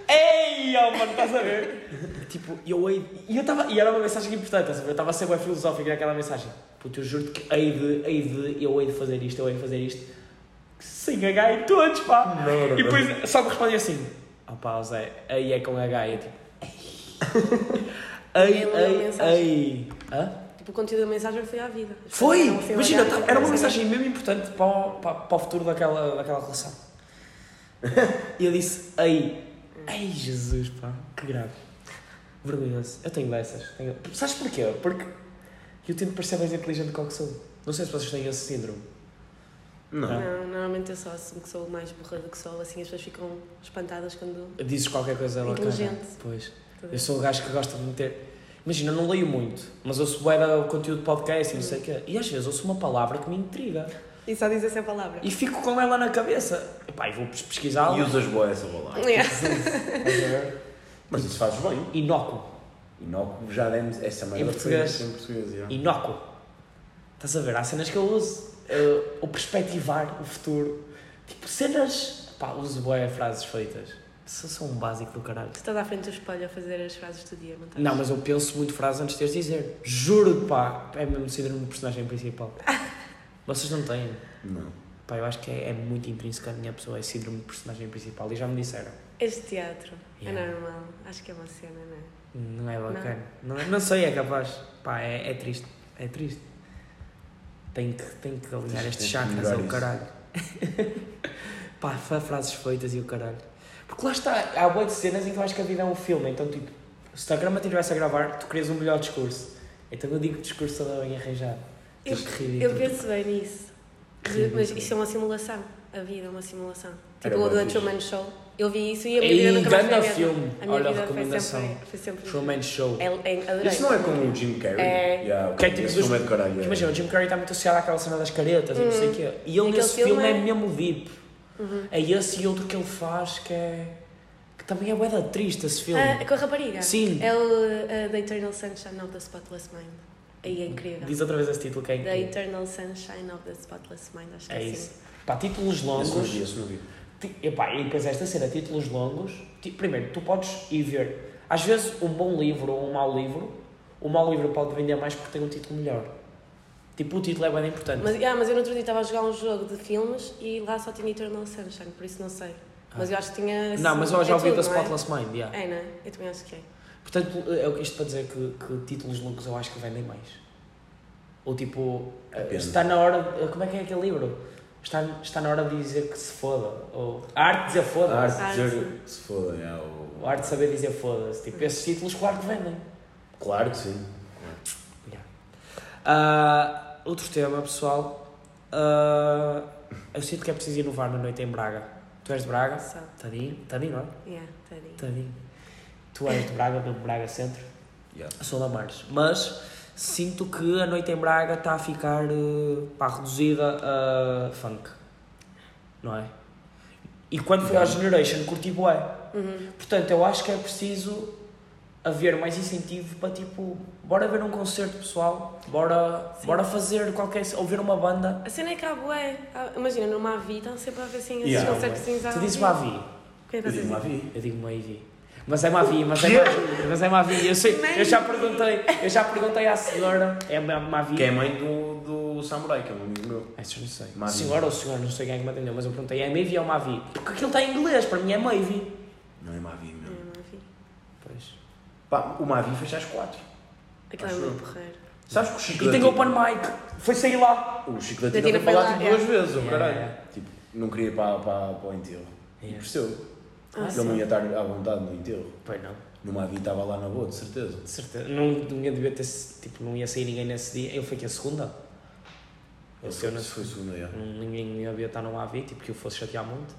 Ei, oh, mano, estás a ver? tipo, eu hei de- E eu estava. E era uma mensagem importante, estás a ver? Eu estava a ser bem filosófico naquela mensagem. Puto, eu juro-te que hei de, hei de, eu hei de fazer isto, eu hei de fazer isto. Sem H em todos, pá. Não, não, E não. depois só me respondia assim: Oh pá, Zé, é aí é com H. E eu tipo: Ei. Ei, Ele leu a ei, mensagem. ei. Hã? Tipo, o conteúdo da mensagem foi à vida. As Foi! pessoas não foram Imagina, olhar, tá- era uma mensagem mesmo importante para o, para, para o futuro daquela, daquela relação. e eu disse, ei, ei Jesus, pá, que grave. Vergonhoso. Eu tenho dessas. Tenho... Sabes porquê? Porque eu tento parecer mais inteligente do que sou. Não sei se vocês têm esse síndrome. Não. Ah. Não, normalmente eu só assumo que sou mais burra do que sou, assim as pessoas ficam espantadas quando. Dizes qualquer coisa bacana. Inteligente. tá Pois. né? Eu sou o gajo que gosta de meter. Imagina, eu não leio muito, mas ouço bué o conteúdo de podcast e não sei o quê. E às vezes ouço uma palavra que me intriga. E só diz essa palavra. E fico com ela na cabeça. Epá, e vou pes- pesquisá-la. E usas boa essa palavra. É. Estás a ver? Mas isso fazes bem. Inócuo. Inócuo já demos essa é merda. Em foi português. dita Em português, já. Inócuo. Estás a ver? Há cenas que eu uso. Eh, o perspectivar o futuro. Tipo, cenas. Pá, uso bué frases feitas. Sou, sou um básico do caralho. Tu estás à frente do espelho a fazer as frases do dia, não estás? Não, mas eu penso muito frases antes de as dizer. Juro, pá. É mesmo síndrome do personagem principal. Vocês não têm. Não. Pá, eu acho que é, é muito intrínseca a minha pessoa. É síndrome do personagem principal. E já me disseram. Este teatro Yeah. é normal. Acho que é uma cena, não é? Não é bacana. Não, não sei, é capaz. Pá, é, é triste. É triste. Tenho que, tenho que alinhar Tens- estes tens de chakras ao melhorar caralho. Pá, fa- frases feitas e o caralho. Porque lá está, há boas cenas em que eu acho que a vida é um filme. Então, tipo, se a grama estivesse a gravar, tu querias um melhor discurso. Então eu digo que o discurso todo é bem arranjado. Eu, Tipo, Tens que rir. eu penso bem nisso. Ridículo. Mas isso é uma simulação. A vida é uma simulação. Era Tipo o bué The fixe. Truman Show. Eu vi isso e a minha vida Ei, nunca mais foi a um mesma. grande É filme. A minha Olha a vida foi recomendação. sempre... Foi sempre... Truman Show. É, é, adorei. Isso não é como o Jim Carrey. É. Yeah, Que é tipo esse dos- filme é do caralho. é. Imagina, o Jim Carrey está muito associado àquela cena das caretas e não sei o quê. E ele Naquele nesse Hum. filme filme, é... é- Uhum. mesmo deep. É esse e outro que ele faz que é. que também é boeda triste esse filme. Ah, com a rapariga. Sim. É o ah, The Eternal Sunshine of the Spotless Mind. Aí é incrível. Diz outra vez esse título que é The incrível. Eternal Sunshine of the Spotless Mind. Acho que é, É assim. isso. Pá, títulos Esse não vi, longos. esse não vi. Ti- Epá, e depois esta cena, títulos longos. Ti- Primeiro, tu podes ir ver. Às vezes, um bom livro ou um mau livro, o mau livro pode vender mais porque tem um título melhor. Tipo, o título é bem importante. Mas, ah, mas eu no outro dia estava a jogar um jogo de filmes e lá só tinha Eternal Sunshine, por isso não sei. Mas eu acho que tinha. Ah. Não, mas eu é já ouvi tudo, da não é? Spotless Mind, yeah. É, não é? Eu também acho que é. Portanto, é o que isto para dizer que, que títulos longos eu acho que vendem mais. Ou tipo, Depende. está na hora. Como é que é aquele livro? Está, está na hora de dizer que se foda. Ou a arte de dizer A foda-se. arte de dizer. Se foda, é A o. arte de saber dizer foda-se. Tipo, esses títulos, claro que vendem. Claro que sim. Yeah. Ah, outro tema, pessoal. Ah, eu sinto que é preciso inovar na noite em Braga. Tu és de Braga? Só. Tadinho, tadinho, não é? Yeah, tadinho. Tadinho. Tu és de Braga, do Braga Centro? Yeah. É Sou da Mares. Mas sinto que a noite em Braga está a ficar eh, pá, reduzida a funk. Não é? E quando foi à Generation, curti bué. Uhum. Portanto, eu acho que é preciso haver mais incentivo para tipo, bora ver um concerto pessoal, bora, Sim. bora fazer qualquer. ouvir uma banda. A cena é que há bué. há- Imagina, no Mavi estão sempre a ver assim esses Yeah, concertozinhos à Tu dizes Mavi. Mavi? O que é que Eu vocês digo, lá dizem? vi. Eu digo Mavi. Mas é Mavi, mas é Mavi, mas é Mavi. Eu, sei, eu já perguntei, eu já perguntei à senhora, é Ma- Mavi. Que é a mãe do, do Samurai, que é um amigo meu. Essas não sei. Mavi. Senhora ou senhor, não sei quem é que me atendeu, mas eu perguntei, é Mavi ou Mavi? Porque aquilo está em inglês, para mim é Mavi. Não é Mavi É, mesmo. Mavi. Pois. Pá, o Mavi fecha às quatro. Aquela é Acho muito eu. porreiro. Sabes que o E Chicletina. tem open mic. Foi sair lá. É, O Chicletina Latina foi foi falar lá, é. tipo yeah. duas vezes, o Yeah, caralho. yeah. Tipo, não queria ir para, para, para o enterro. Yeah. E percebeu. Ah, Ele não ia estar à vontade no enterro. Pois não. No Mavi estava lá na boa, de certeza. De certeza. Não, não ia devia ter, tipo, não ia sair ninguém nesse dia. Ele foi que a segunda. Ele saiu na Isso foi segunda, yeah. não- Ninguém ia estar no Mavi, tipo, que eu fosse chatear muito.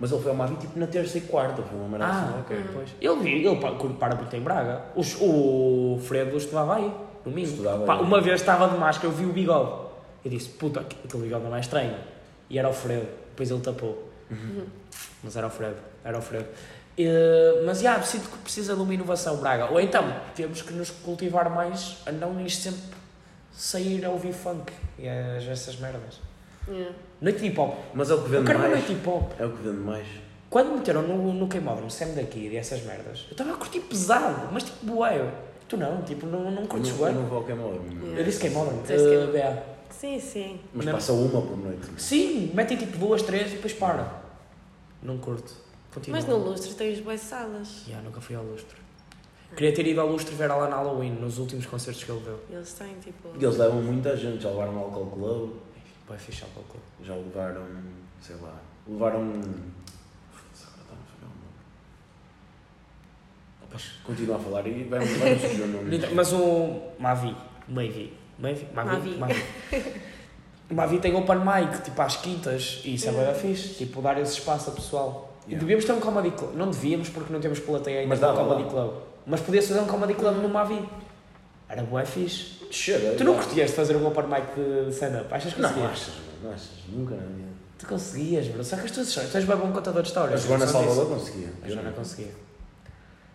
Mas ele foi ao Mavi tipo na terça e quarta, foi uma merda Ah, assim, ok. ok. Pois. Ele, vi- ele pa- quando para muito em Braga, os- o Fredo estudava aí, domingo. Estudava Pá, aí. uma vez estava de máscara, eu vi o bigode. Eu disse, puta, aqu- aquele bigode não é estranho. E era o Fredo, depois ele tapou. Uhum. Mas era o Fredo, era o Fredo. Eh, mas, já, sinto que precisa de uma inovação, Braga. Ou então, temos que nos cultivar mais a não ir sempre sair a ouvir funk e as, essas merdas. Yeah. Noite de hip-hop. Mas é o que Eu vende quero uma mais. noite de hip-hop. É o que vende mais. Quando meteram no, no queimódromo Sam daqui e essas merdas, eu estava a curtir pesado, mas tipo bué. Tu não, tipo, não, não Eu curtes não, eu bué. não vou ao queimódromo. Yeah. Eu disse queimódromo, Disseste eh, queimódromo. BA. Sim, sim. Mas Não. passa uma por noite. Sim, metem tipo duas, três e depois para. Não curto. Continua. Mas no Lustre tens boas salas. Yeah, nunca fui ao lustre. Queria ter ido ao Lustro ver ela na Halloween, nos últimos concertos que ele deu. Eles têm, tipo. E Eles levam muita gente, já levaram ao Alcohol Club, Vai fechar para o clube. já levaram, sei lá, levaram... Foda-se, agora tá está-me a falhar o nome. Pois. Continua a falar e vai-me vai sujar o nome. Então, Mas o Mavi, Mavi, Mavi, Mavi, Mavi. Mavi. O Mavi tem open mic, tipo às quintas, e isso é Hum. bem fixe, tipo dar esse espaço a pessoal. E Yeah. devíamos ter um comedy club, não devíamos porque não temos plateia ainda Mas para um dava lá. comedy club. Mas podia-se fazer um comedy club no Mavi. Era bué fixe. Chega. Tu não curtias de fazer um open mic de stand-up? Achas que é, Não conseguias? achas, mano, não achas, nunca na vida. Tu conseguias, bro. Só que as tuas histórias, tu és bem bom contador de A histórias. Joana tens noção disso? Salvador conseguia. A Joana conseguia.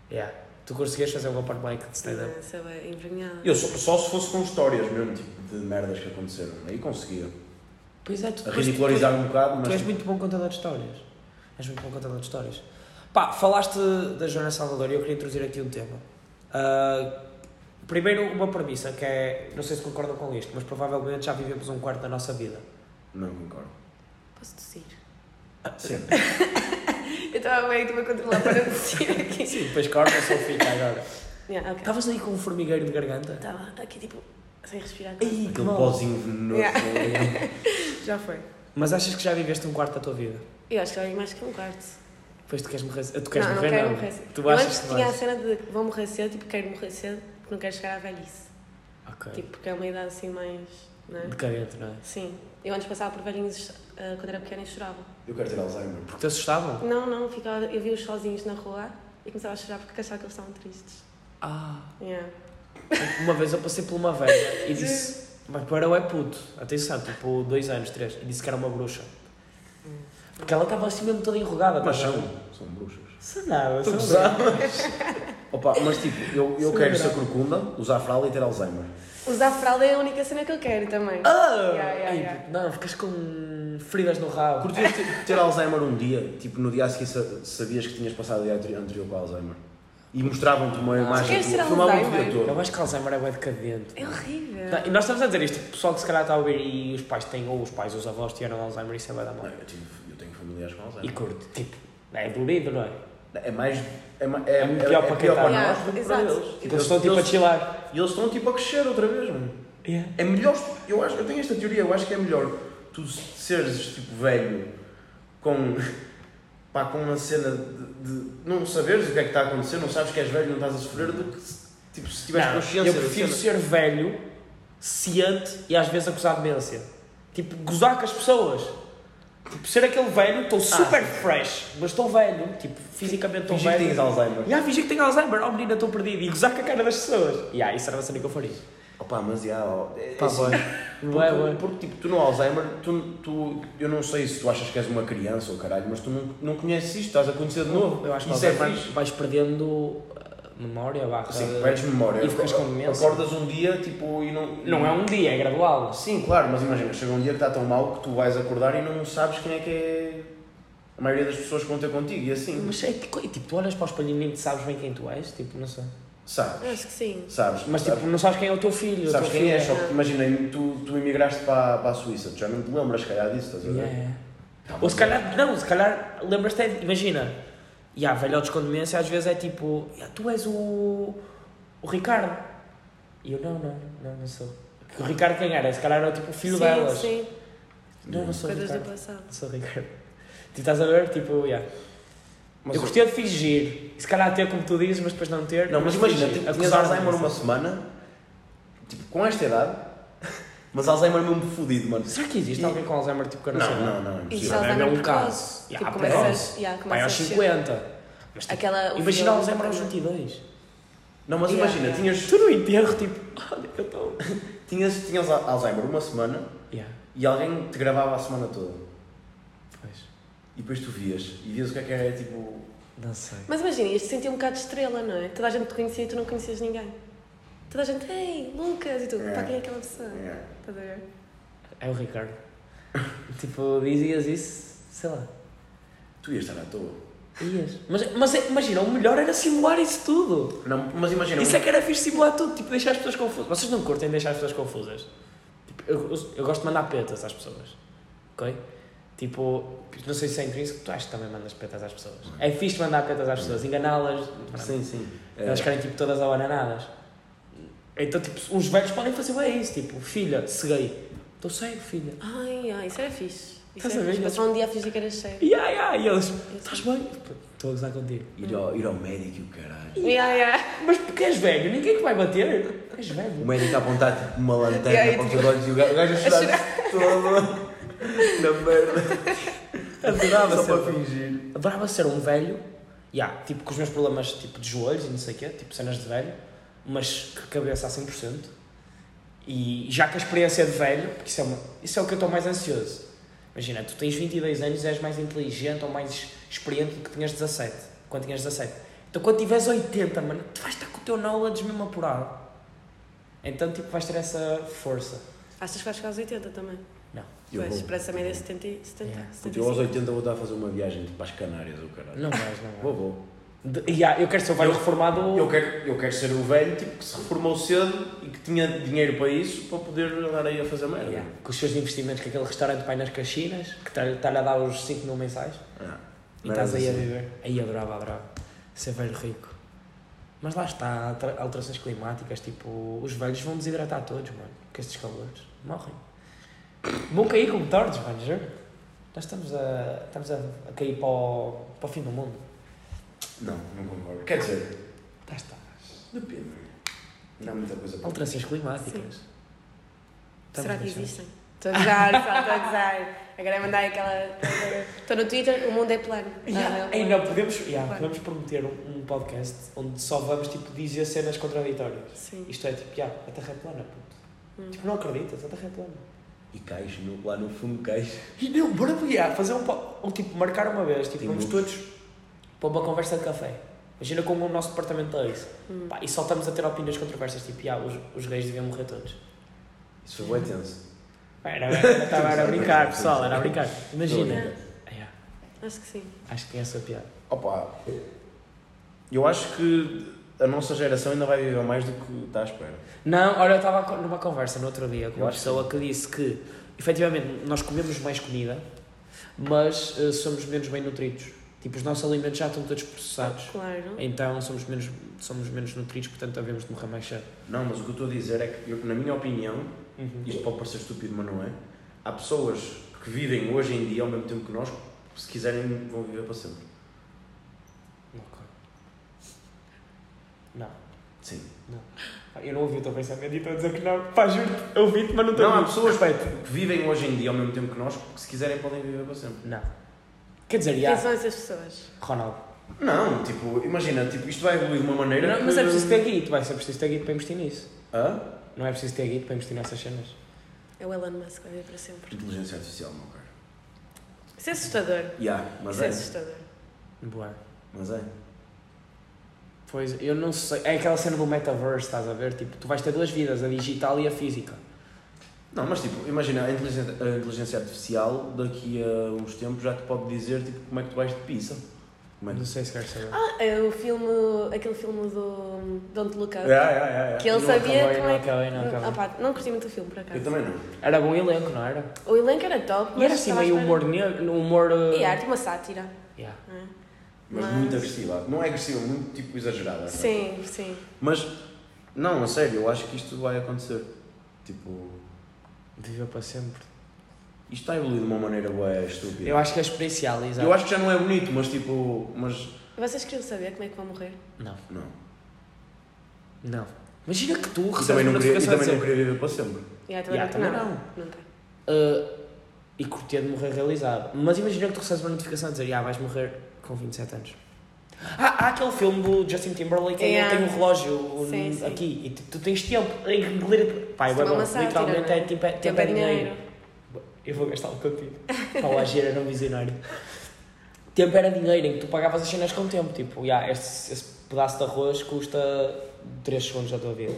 Yeah. Tu conseguias fazer um open mic de stand-up? Mas essa é envergonhada. Eu só, só se fosse com histórias mesmo, tipo, de merdas que aconteceram. Aí conseguia. Pois é, tu A depois- ridicularizar um bocado, Tu mas. és muito bom contador de histórias. És muito bom contador de histórias. Pá, falaste da Joana Salvador e eu queria introduzir aqui um tema. Ah, primeiro, uma premissa que é. Não sei se concordam com isto, mas provavelmente já vivemos um quarto da nossa vida. Não concordo. Posso tossir? Ah, Sempre. Eu estava bem, estive a controlar para não tossir aqui. Sim, depois corta só fica agora. Yeah, ok. Estavas aí com um formigueiro de garganta? Estava aqui, tipo, sem respirar. Ai, que Aquele mal. pozinho venenoso. Yeah. Já foi. Mas achas que já viveste um quarto da tua vida? Eu acho que vai mais que um quarto. Depois tu queres morrer. Tu queres não, morrer, não quero não? morrer cedo. Tu Eu achas antes que tinha a vais? cena de vou morrer cedo, tipo, quero morrer cedo, porque não quero chegar à velhice. Ok. Tipo, porque é uma idade assim mais. Não é? Decadente, não é? Sim. Eu antes passava por velhinhos ah, quando era pequena e chorava. Eu quero ter Alzheimer. Porque te assustavam? Não, não, ficava, eu via-os sozinhos na rua e começava a chorar porque achava que eles estavam tristes. Ah. Yeah. Uma vez eu passei por uma velha e disse. Mas para o é puto, atenção, tipo, dois anos, três, e disse que era uma bruxa. Porque ela estava assim mesmo toda enrugada, Mas estás a são, ver? são bruxas. Sei nada, Estou sei a nada. gozar, mas- Opa, mas tipo, eu, eu Sim, quero é verdade. ser corcunda, usar fralda e ter Alzheimer. Usar fralda é a única cena que eu quero também. Ah! Yeah, yeah, Ei, yeah. Não, ficas com feridas no rabo. Curtias ter, ter Alzheimer um dia, tipo, no dia a seguir sa- sabias que tinhas passado o dia anteri- anterior com Alzheimer. E mostravam-te uma imagem Ah, queres tua, ter filmavam-te o dia Alzheimer? todo. Eu acho que Alzheimer é bem decadente. É horrível. Não, e nós estamos a dizer isto, o pessoal que se calhar está a ouvir e os pais têm, ou os pais, os avós tiveram Alzheimer, isso é bem da Não, mão. Eu, tive- eu tenho familiares com E Alzheimer. curto, tipo, é dolorido, não é? É mais. É, ma- é, É pior para quem está. para Yeah, nós do que para exato. eles. Tipo, eles estão tipo a chilar. E eles estão tipo a crescer outra vez, mano. Yeah. É melhor. Eu, acho, eu tenho esta teoria, eu acho que é melhor tu seres tipo velho com. pá, com uma cena de, de não saberes o que é que está a acontecer, não sabes que és velho, não estás a sofrer, do que se- tipo, se tiveres Não, consciência eu da prefiro cena. ser velho, ciente e às vezes acusar de demência. Tipo, gozar com as pessoas. Tipo, ser aquele velho, estou super fresh, mas estou velho, tipo, fisicamente estou Ah, Fingir que velho. tens Alzheimer. Já fingi que tenho Alzheimer, oh menina, estou perdido. E gozar com a cara das pessoas. E ah, isso era uma cena que eu faria. Opa, mas já, ó, é, é Pá, assim, boy. porque, Ué, ué. porque, tipo, tu no Alzheimer, tu, tu, eu não sei se tu achas que és uma criança ou caralho, mas tu não, não conheces isto, estás a conhecer de novo. Eu acho que isso é Alzheimer fixe. vais perdendo ah, memória, uh, barra. Sim, perdes memória. E ficas com demência. Acordas um dia, tipo, e não... Não é um dia, é gradual. Sim, claro, mas imagina, chega um dia que está tão mal que tu vais acordar e não sabes quem é que é a maioria das pessoas que vão ter contigo, e assim, Mas é que, tipo, tu olhas para o espelho e nem sabes bem quem tu és, tipo, não sei. Eu sabes, Acho que sim. sabes, É, Mas sabes, tipo, não sabes quem é o teu filho. a sabes tua quem és, filha. só que imagina, tu, tu emigraste para, para a Suíça, tu já não te lembras, se calhar, disso, estás a ver? Yeah. Tá, Ou se mas- calhar, não, se calhar lembras-te, é de- imagina, e há velhotes com demência, às vezes é tipo, "Ya, tu és o, o Ricardo. E eu, não, não, não, não sou. Porque o Ricardo quem era? Se calhar era tipo o filho sim, delas. sim. Não, não sou o Coisas do Ricardo. passado. Não sou o Ricardo. Tu estás a ver? Tipo, yeah. Mas eu gostia de fingir. Se calhar ter como tu dizes, mas depois não ter. Não, mas imagina, fingir. tinhas Acusar de Alzheimer uma demência. semana, tipo, com esta idade, mas Alzheimer mesmo fodido, mano. Será que existe E- alguém com Alzheimer tipo que eu não, sei? Não, não, não, é E impossível. se Não, Alzheimer não é um precoce. caso. Tipo, Yeah, começas, precoce. yeah, Pai começas é aos cedo. 50. Mas, tipo, é- Aquela, o Imagina filme- Alzheimer aos 22. Não, mas Yeah, imagina, yeah. tinhas, Tu no enterro, tipo, olha, eu estou. tinhas, tinhas Alzheimer uma semana Yeah, e alguém te gravava a semana toda. pois. E depois tu vias, e vias o que é que era, tipo... Não sei. Mas imagina, ias te sentir um bocado de estrela, não é? Toda a gente te conhecia e tu não conhecias ninguém. Toda a gente, ei, Lucas, e tu, É. pá, quem é aquela pessoa? é. Estás a ver? É o Ricardo. tipo, dizias isso, sei lá. Tu ias estar à toa. Ias. Mas, mas é- imagina, o melhor era simular isso tudo. Não, mas imagina... Isso é que era fixe simular tudo, tipo, deixar as pessoas confusas. Vocês não curtem deixar as pessoas confusas? Tipo, eu, eu- eu gosto de mandar petas às pessoas. Ok? Tipo, não sei se é intrínseco, tu achas que também mandas petas às pessoas. É fixe mandar petas às pessoas, enganá-las. Sim, sim. É, Elas querem tipo todas abananadas. Então, tipo, uns velhos podem fazer bem isso, tipo, filha, ceguei. Estou cego, filha. Ai, ai, isso era fixe. Isso Estás era a ver? fixe. Passar um dia a fingir que eras cheio. E ai, ai, e eles, estás bem? Estou a gozar contigo. Ir ao, ir ao médico, e o caralho. Yeah, yeah. Mas porque és velho, ninguém que vai bater. És O velho. médico a apontar tipo uma lanterna E aí, para os tipo, teus olhos e o gajo o gajo a chorar todo. Na merda. Adorava Só ser, para fingir. adorava ser um velho, yeah, tipo, com os meus problemas tipo, de joelhos e não sei o quê, tipo, cenas de velho, mas que cabeça a 100%. E já que a experiência é de velho, porque isso é, uma- isso é o que eu estou mais ansioso. Imagina, tu tens 22 anos e és mais inteligente ou mais experiente do que tinhas 17. Quando tinhas 17. Então quando tiveres 80, mano, tu vais estar com o teu knowledge mesmo apurado. Então, tipo, vais ter essa força. Achas que vais chegar aos 80 também? Não. Eu Pois, vou. É. parece a média 70 e 70. Yeah. Porque eu aos 75. 80 vou estar a fazer uma viagem tipo, para as Canárias, o caralho. Não vais, não Vou, vais. vou. De- yeah, eu quero ser o velho Eu- reformado. Eu quero, eu quero ser o velho tipo, que se reformou cedo e que tinha dinheiro para isso, para poder andar aí a fazer merda. Yeah. Com os seus investimentos, com aquele restaurante pai nas Caxinas, que está- está-lhe a dar os 5 mil mensais, Ah, e estás aí a merda, viver. Aí adorava, adorava. Ser velho rico. Mas lá está, altera- alterações climáticas, tipo, os velhos vão desidratar todos, mano, com estes calores. Morrem. Vão cair como tordos, mano, juro. Nós estamos a, estamos a, a cair para o, para o fim do mundo. sim. Não, não concordo. Quer dizer, Lá está. depende. Não há muita coisa para Alterações climáticas. Estamos Será que nesta- existem? Estou a gozar, pessoal, estou a gozar. Agora é mandar aquela. Estou no Twitter, o mundo é plano. Yeah, Ah, ei, é não, plano. podemos, yeah, Claro. podemos prometer um, um podcast onde só vamos tipo, dizer cenas contraditórias. Sim. Isto é tipo, yeah, a terra é plana, puto. Hum. Tipo, não acreditas, a terra é plana. E cais, no, lá no fundo cais. E não, bora yeah, fazer um, po- ou, tipo, marcar uma vez, tipo, Tem vamos muitos. todos para uma conversa de café. Imagina como o nosso departamento é isso. Hum. Pá, e só estamos a ter opiniões controversas, tipo, yeah, os, os reis deviam morrer todos. Isso foi bem tenso. Pá, Era, era, estava era a brincar, pessoal, era a brincar. Imagina. Ah, yeah, Acho que sim. acho que tem essa piada. Opa, eu acho que a nossa geração ainda vai viver mais do que está à espera. Não, olha, eu estava co- numa conversa no outro dia com Eu uma acho pessoa que disse que, efetivamente, nós comemos mais comida, mas eh, somos menos bem nutridos. Tipo, os nossos alimentos já estão todos processados. Claro. Então somos menos, somos menos nutridos, portanto havemos de morrer mais cedo. Não, mas o que eu estou a dizer é que, eu- na minha opinião, Uhum. isto pode parecer estúpido, mas não é. Há pessoas que vivem hoje em dia ao mesmo tempo que nós, que se quiserem vão viver para sempre. Ok. Não. Sim. Pá, Eu não ouvi o teu pensamento e estou a dizer que não. Pá, juro-te, eu ouvi-te, mas não estou Não, a há ouvir. pessoas que vivem hoje em dia ao mesmo tempo que nós, que se quiserem podem viver para sempre. Não. Quer dizer, Quem já. são essas pessoas? Ronaldo. Não, tipo, imagina, tipo, isto vai evoluir de uma maneira. Não, que- mas é preciso ter guito, vai ser preciso ter guito para investir nisso. Hã? Não é preciso ter guito para investir nessas cenas. É o Elon Musk, vai ver para sempre. Inteligência artificial, meu cara. Isso é assustador. Yeah, mas Isso é é. assustador. Boa. Mas é. Pois, eu não sei. É aquela cena do metaverse, estás a ver? Tipo, tu vais ter duas vidas, a digital e a física. Não, mas tipo, imagina, a inteligência, a inteligência artificial daqui a uns tempos já te pode dizer tipo, como é que tu vais de pizza. Como é que Não sei se queres saber. Ah, é o filme. aquele filme do. Don't Look Up. Yeah, yeah, yeah, yeah. Que ele Não sabia acabei, como não é que. acabei, não tá acabei. Ah, pá, não curti muito o filme, por acaso. Eu também não. Era bom elenco, não era? O elenco era top, mas. E era assim estava à meio espera. humor negro, humor. uh, E arte, uma sátira. yeah. não é? Mas, Mas- muito agressiva. Não é agressiva, muito tipo exagerada. não é? Sim, sim. Mas, não, a sério, eu acho que isto vai acontecer. Tipo, Viva para sempre. isto está a evoluir de uma maneira bué estúpida. Eu acho que é experiencial, exato. Eu acho que já não é bonito, mas tipo, mas Vocês queriam saber como é que vão morrer? Não, não. não. Imagina que tu E recebes também uma não queria, e notificação a também dizer. não queria viver para sempre. Yeah, também Yeah, não, também não. não. Não tá. tem. Uh, e curtia de morrer realizado. Mas imagina que tu recebes uma notificação a dizer, ah, vais morrer com 27 anos. Ah, Há, há aquele filme do Justin Timberlake em que ele Yeah. tem um relógio Sim, um, sim. aqui e tu, tu tens tempo a engolir. Pai, Isso vai não é bom, uma sátira, literalmente não é? é tempo, é, tempo é dinheiro. Eu vou gastá-lo contigo. Para a agir era um visionário. Tempo era dinheiro em que tu pagavas as cenas com tempo. Tipo, yeah, esse, esse pedaço de arroz custa 3 segundos da tua vida.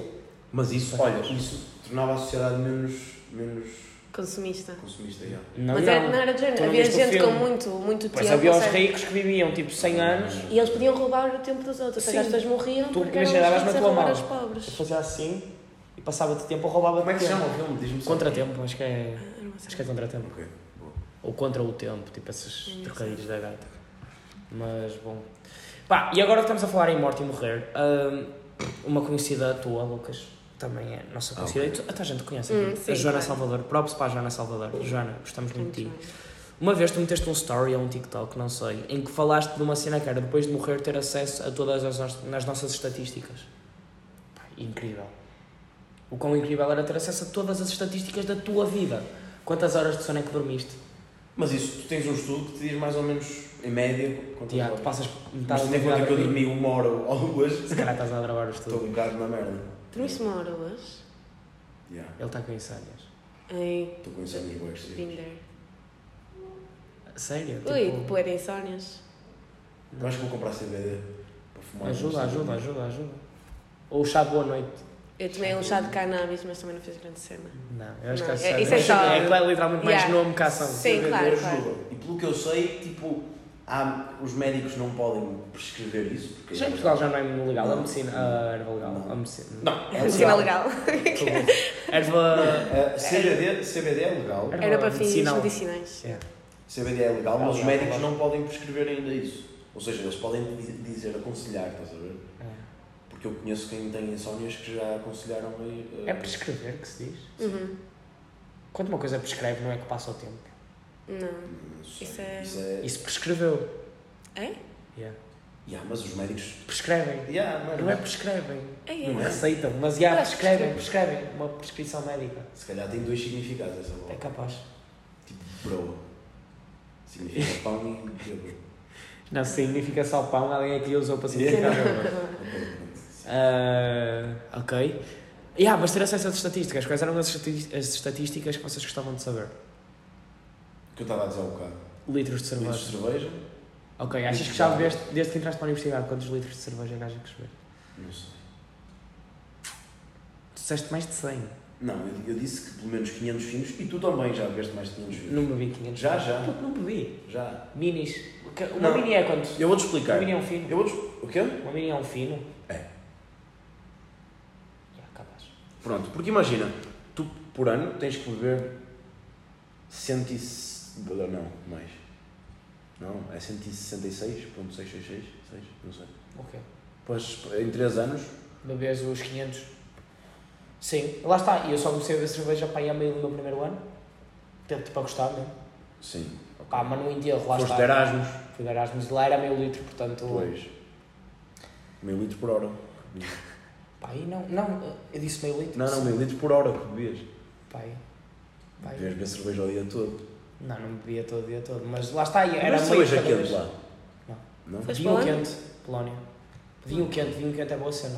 Mas isso, olha, isso tornava a sociedade menos, menos é Consumista. consumista. já. Não, Mas não. era, não é era de Tu género. não Havia viste o gente com filme. muito, muito Pois tempo. havia ou os seja, ricos que viviam tipo 100 anos E eles podiam roubar o tempo dos outros. Ou seja, Sim. as pessoas morriam Tu porque imagina, eram os davas na ricos a tua roubar mão. os pobres. Eu fazia assim e passava de tempo ou roubava Como é que se tempo. chama o filme? Diz-me só. Contratempo, acho que é. Ah, Era uma Acho que é sátira. contratempo. Ok, boa. Ou contra o tempo, tipo esses trocadilhos da gata. Mas bom. Pá, e agora que estamos a falar em morte e morrer, hum, uma conhecida tua, Lucas, também é nossa Ah, conhecida, e tu- até a gente conhece aqui, Hum, sim, a Joana claro. Salvador, próprio para a Joana Salvador. Joana, gostamos muito de ti. bem. Uma vez tu meteste um story ou um TikTok, não sei, em que falaste de uma cena que era depois de morrer ter acesso a todas as nos- nas nossas estatísticas. Pá, incrível. O quão incrível era ter acesso a todas as estatísticas da tua vida. Quantas horas de sono é que dormiste? Mas isso, tu tens um estudo que te diz mais ou menos, em média, quanto é Tiago, tá tu passas Mas metade tendo em vida conta a que eu dormir. dormi uma hora ou duas, Se calhar estás a gravar o estou estudo. um bocado na merda. Dormiste uma hora hoje? Yeah. Ele está com insónias. Em Estou com insónios boas. Tinder. Sério? Ui, Tipo, pô, era insónias. Eu acho que vou comprar CBD para fumar. ajuda, ajuda, ajuda, ajuda. Ou chá de boa noite. Eu tomei um chá de cannabis, mas também não fez grande cena. Não, eu acho Não, que é- é, isso é só- É, é literalmente mais Yeah. nome que ação. Sim, claro, E pelo que eu sei, tipo, há- os médicos não podem prescrever isso. Porque Já em Portugal já não é muito legal, a Não. medicina. A erva legal. Não. A medicina. Não, é Em cima um legal. é Erva. Ah, CBD, CBD é legal. Erva Era para fins medicinal. medicinais. Yeah. CBD é legal, mas os Legal, médicos legal. não podem prescrever ainda isso. Ou seja, eles podem di- dizer, aconselhar, estás a ver? É. Porque eu conheço quem tem insónias que já aconselharam a. eh, É prescrever que se diz. Uhum. Quando uma coisa prescreve, não é que passa o tempo. Não. Não sei, Isso é- Isso é... Isso prescreveu. É? Yeah. Yeah, mas os médicos. Prescrevem. Yeah, mano. Não é prescrevem. É, Não é. é? Receitam, mas yeah, Eu acho que prescrevem, prescrevem. Uma prescrição médica. Se calhar tem dois significados essa É palavra. capaz. Tipo, broa. Significa pão e bebo. Não, significa só pão, alguém aqui usou para significar. significar é. Ah, ok. E ah, mas ter acesso às estatísticas. Quais eram as, estati- as estatísticas que vocês gostavam de saber? O que eu estava a dizer há um bocado. Litros de cerveja. Litros de cerveja? Ok, achas que Litros de já água. bebeste, desde que entraste para a universidade, quantos litros de cerveja é que achas que bebeste? Não sei. Tu disseste mais de 100. Não, eu, eu disse que pelo menos 500 vinhos e tu também já bebeste mais de 500 vinhos. Não bebi 500. Já, já. Puto, não bebi. Já. Minis. Que- Uma Não. mini é quanto? Eu vou-te Uma explicar. mini é um fino. Eu vou-te. O quê? Uma mini é um fino. É. Já, capaz. Pronto, porque imagina, tu por ano tens que beber 100 Não, mais. Não, é 166.666? 6, não sei. Ok. Pois, em 3 anos, Bebes os 500. Sim, lá está. E eu só comecei a beber cerveja para ir a meio do meu primeiro ano. Tento, tipo, a gostar mesmo. sim. ok. Pá, mas no enterro, lá Foste está. de Erasmus, Fui de Erasmus e lá era meio litro, portanto. pois. Meio litro por hora. Pá, e não, não, eu disse meio litro. Não, não, meio litro por hora que bebias. Pá, e- pá, e- Bebias beber cerveja o dia todo. Não, não bebia todo o dia todo, mas lá está, e era Era meio cerveja cada quente vez. lá. Não. Pois. Foste Vinho Polónia? quente, Polónia. Vinho quente, vinho quente é boa cena.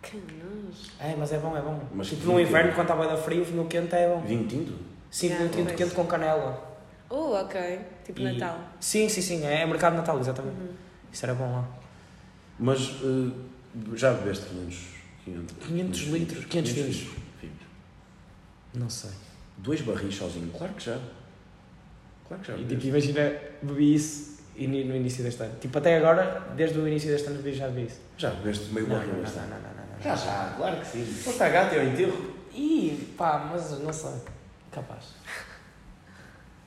Que nojo. É, mas é bom, é bom. Mas tipo, vinho no inverno, quente. quando está bem da frio, vinho quente é bom. Vinho tinto? Sim, vinho Ah, tinto pois. quente com canela. Oh, ok. Tipo E- Natal. Sim, sim, sim, é mercado de Natal, exatamente. Uhum. Isso era bom lá. Mas eh, já bebeste 500, 500 500, litros, 500 vinhos. vinhos. Não sei. Dois barris sozinho? Claro que já. Claro que já. E, tipo, imagina, bebi isso e ni- no início deste ano. Tipo, até agora, desde o início deste ano, bebi- já bebi isso. já bebeste meio tipo- Não, não, barril não, este não, ano. não, não, não, não. Já, já, claro que sim. Foste à gata e ao enterro. Ih, pá, mas não sei. Capaz.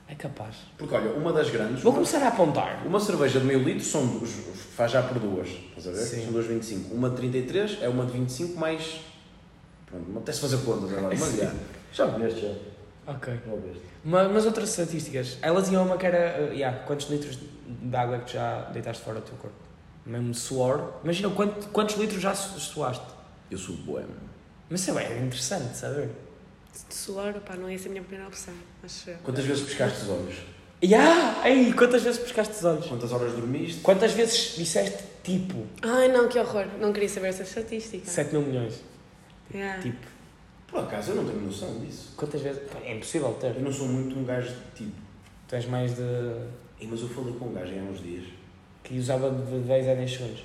É capaz. Porque olha, uma das grandes. Vou uma- começar a apontar. Uma cerveja de meio litro são duas, faz já por duas, estás a ver? Sim. São duas de 25. Uma de 33 é uma de 25 mais. Pronto, não apetece fazer contas é agora, mas já. Já bebeste, já. Ok. Já bebeste. Mas, mas outras estatísticas. Elas iam uma que era. eh, yeah, quantos litros de água é que tu já deitaste fora do teu corpo? Mesmo suor. Imagina quanto- quantos litros já su- suaste. Eu sou boêmio. Mas sei lá, é interessante saber. De suor, pá, não ia ser a minha primeira opção. Acho eu. Quantas vezes pescaste os olhos? Ya! Ei, quantas vezes pescaste os olhos? Quantas horas dormiste? Quantas vezes disseste tipo Ai não, que horror. Não queria saber essa estatística. 7 mil milhões? Ah. Yeah. Tipo, Por acaso, eu não tenho noção disso. quantas vezes. Pá, É impossível Eu ter. não sou muito um gajo de tipo. Tu és mais de. Ei, mas eu falei com um gajo há uns dias. que usava de 10 a 10 segundos.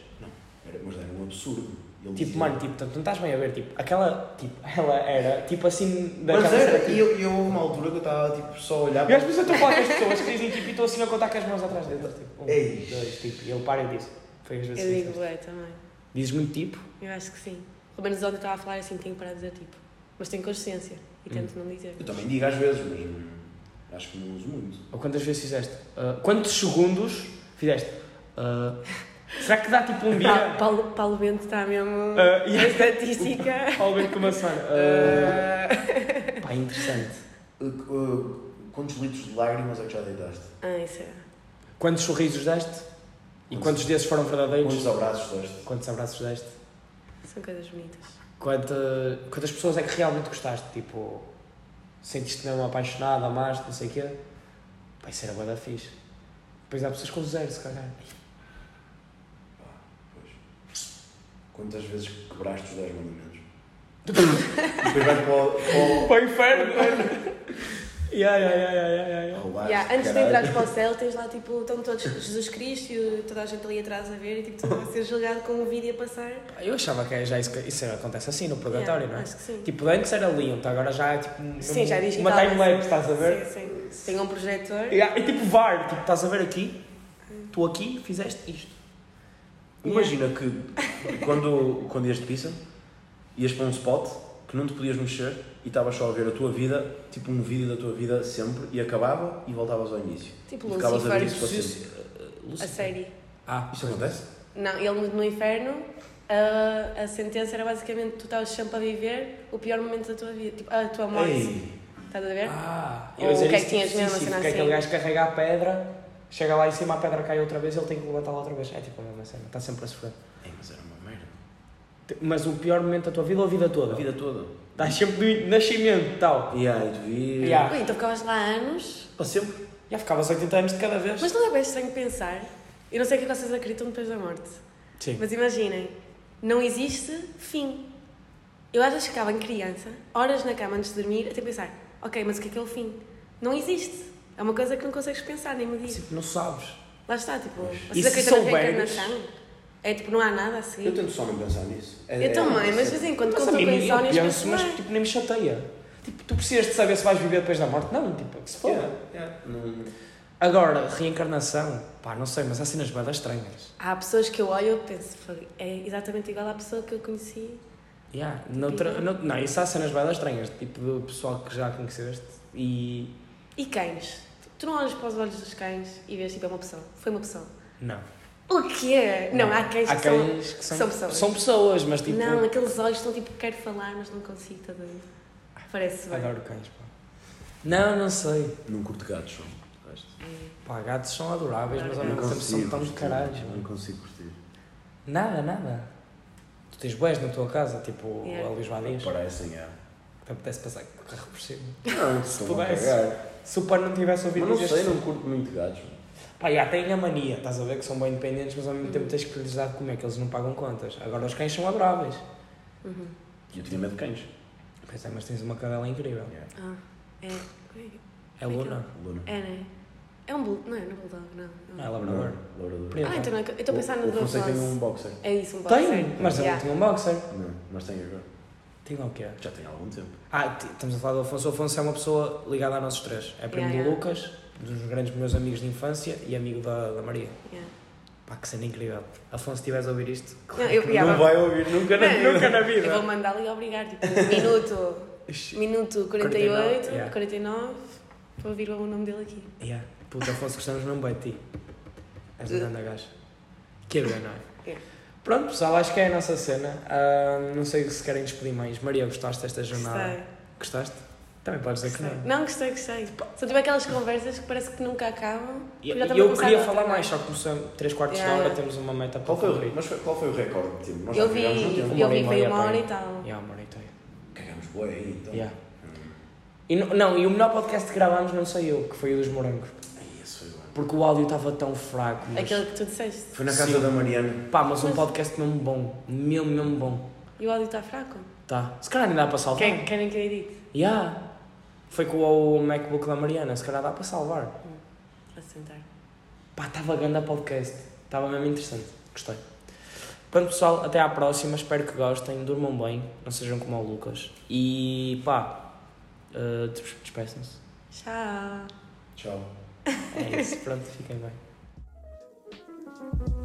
Era, mas era um absurdo. Ele Tipo, dizia- mano, tipo, tu não estás bem a ver, tipo, aquela, tipo, ela era, tipo assim, daquela... Mas era, e eu, e eu houve uma altura que eu estava tipo, só a olhar E às vezes eu estou a falar com as pessoas que dizem, tipo, e estou assim a contar com as mãos atrás deles, tipo, um, Ei. dois, tipo, e ele para e diz. Foi às vezes Eu que digo fizeste. bué também. Dizes muito tipo? Eu acho que sim. Pelo menos ontem estava a Hum. falar assim, tenho que parar de dizer tipo. Mas tenho consciência e tento não dizer. Eu também digo às vezes, mas. Acho que não uso muito. Ou quantas vezes fizeste? Ah, quantos segundos fizeste? Ah, será que dá tipo um Pa- dia? Paulo, Paulo Bento está mesmo. Ah, e a estatística. Ao ver como uh, Ah. Pá, é interessante. Uh, uh, quantos litros de lágrimas é que já deitaste? Ah, isso é. Quantos sorrisos deste? E Quantos- quantos desses foram verdadeiros? Quantos abraços deste? Quantos abraços deste? São coisas bonitas. Quanta- quantas pessoas é que realmente gostaste? Tipo, sentiste-te mesmo apaixonado, amaste, não sei o quê? Pá, isso era bué da fixe. Depois há pessoas com zero, se calhar. Quantas vezes quebraste os 10 mandamentos? Depois vai para o- para o. Para o inferno, mano! Ya, ya, ya, ya, ya, ya, ya. Roubaste, Yeah, antes de caralho. entrares para o céu, tens lá tipo, estão todos Jesus Cristo e toda a gente ali atrás a ver e tipo, tu a ser julgado com um vídeo a passar. Pá, Eu achava que já isso, isso acontece assim no purgatório, Yeah, não é? Acho que sim. Tipo, antes era lento, agora já é tipo um- Sim, já diz que uma tá lá, timelapse, sim. estás a ver? Sim, sim. Tem um projetor. Yeah, e tipo VAR, tipo, estás a ver aqui, tu aqui fizeste isto. Imagina que quando, quando ias de pizza, ias para um spot que não te podias mexer e estavas só a ver a tua vida, tipo um vídeo da tua vida sempre, e acabava e voltavas ao início. Tipo E ficavas a ver isso para Lucifer. sempre. A série. Ah, Isso acontece? Não, ele no inferno, a, a sentença era basicamente tu estavas sempre a viver o pior momento da tua vida, tipo a tua morte. Ei, Estás a ver? Ah, Ou o que é que tinhas mesmo, assim, Porque é assim. aquele gajo carrega a pedra, chega lá em cima, a pedra cai outra vez, ele tem que levantá-la outra vez. É tipo a mesma cena, está sempre a sofrer. ei, mas era uma merda. Te- Mas o pior momento da tua vida ou a vida toda? A vida toda. Tá. Estás sempre no nascimento tal. E aí, tu vias. Yeah. Ui, então ficavas lá há anos, Para sempre. Já ficavas 80 anos de cada vez. mas não é bem estranho pensar. Eu não sei o que é que vocês acreditam depois da morte. Sim. Mas imaginem, não existe fim. Eu às vezes ficava em criança, horas na cama antes de dormir, até pensar, ok, mas o que é que é o fim? Não existe. É uma coisa que não consegues pensar nem medir. Tipo, não sabes. Lá está, tipo, E vocês se acreditam na souberes? reencarnação? É tipo, não há nada a seguir. Eu tento só não pensar nisso. É- Eu é- também, mas assim, de vez em quando, Mas quando a estou mim, a pensar eu nisso, penso, penso, mas "Bem, tipo, nem me chateia. Tipo, tu precisas de saber se vais viver depois da morte? Não, tipo, que se foda. Yeah, yeah. Não- Agora, reencarnação, pá, não sei, mas há cenas bem estranhas. Há pessoas que eu olho e penso, "Fogo, é exatamente igual à pessoa que eu conheci. Yeah, noutra- Tipo- no- não, isso há cenas bem estranhas, tipo do pessoal que já conheceste e. E cães? Tipo, Tu não olhas para os olhos dos cães e vês, tipo, é uma pessoa. Foi uma pessoa. Não. O quê? Não, há cães que são... cães que são, são pessoas. São pessoas, mas tipo. Não, aqueles olhos estão tipo, quero falar, mas não consigo, tá doido? Parece bem. Adoro cães, pá. Não, não sei. Não curto gatos, só. É. Pá, gatos são adoráveis, mas ao Não mesmo tempo são tão de caralhos. Não é? mano. consigo curtir. Nada, nada. Tu tens boés na tua casa, tipo Yeah. a Luís Vadias. Parecem, é. Te apetece passar com o carro por cima. Não, se pudesse. Se o pai não tivesse ouvido Mas não dizer sei, não curto muito gatos. Pá, já têm a mania, estás a ver que são bem independentes, mas ao mesmo tempo tens que lhes dar de comer, que eles não pagam contas. Agora os cães são adoráveis. Uhum. Eu tinha medo de cães. Pois é, mas tens uma cadela incrível. Yeah. Ah, é. É Luna. Luna. É, né? É um bulldog. Não é, não é bulldog, não. É Labrador. Labrador. Preto. Ah, então não é. que- Eu estou a pensar O- no O Fonseca tem um Douglas. boxer. É isso, um Tem, mas ele não yeah. tinha um boxer. Não, mas tem agora. Tinha o quê? Já tem há algum tempo. Ah, t- estamos a falar do Afonso. O Afonso é uma pessoa ligada a nós os três. É primo Yeah, yeah. do Lucas, um dos grandes meus amigos de infância e amigo da, da Maria. yeah. Pá, que cena incrível. Afonso, se estiveres a ouvir isto, Não, eu que Yeah, não mas- vai ouvir nunca na Não, nunca na É. Eu vou vida. mandá-lo e obrigar, tipo, minuto. Minuto 48, 49, yeah. 49. Vou ouvir o nome dele aqui. Yeah. Puta, Afonso, gostamos mesmo bem de ti. És um grande gajo. Que bem, não é? É. Pronto, pessoal, acho que é a nossa cena. Ah, não sei se querem despedir mais. Maria, gostaste desta jornada? Gostei. Gostaste? Também podes dizer que gostei. não. Tipo, Não, gostei, gostei. Só tive aquelas conversas que parece que nunca acabam. E porque já estamos Eu, a começar queria outra, falar não é? mais, só que começamos 3 quartos Yeah, de hora, yeah. temos uma meta para Qual foi, o, cumprir. mas foi- qual foi o recorde de tempo? Nós Eu já vi, cagámos no tempo. eu vi, foi Uma hora e meia, uma hora pai. e tal. Yeah, amor, então. Cagámos bué aí, então. Yeah. Hum, E no- não, e o melhor podcast que gravámos não saiu, que foi o dos morangos. aí, esse foi bom. Porque o áudio estava tão fraco. Mas... Aquele que tu disseste. Foi na casa Sim. da Mariana. Pá, mas um Mas- podcast mesmo bom. Mesmo, mesmo bom. E o áudio está fraco? Tá. Se calhar ainda dá para salvar. Quem, querem que eu edite? Yeah. Foi com o MacBook da Mariana, se calhar dá para salvar. A sentar. Pá, estava grande a podcast. Estava mesmo interessante. Gostei. Pronto, pessoal, até à próxima. Espero que gostem. Durmam bem. Não sejam como o Lucas. E pá, eh, des- despeçam-se. Tchau. Tchau. É isso. Pronto, fiquem bem.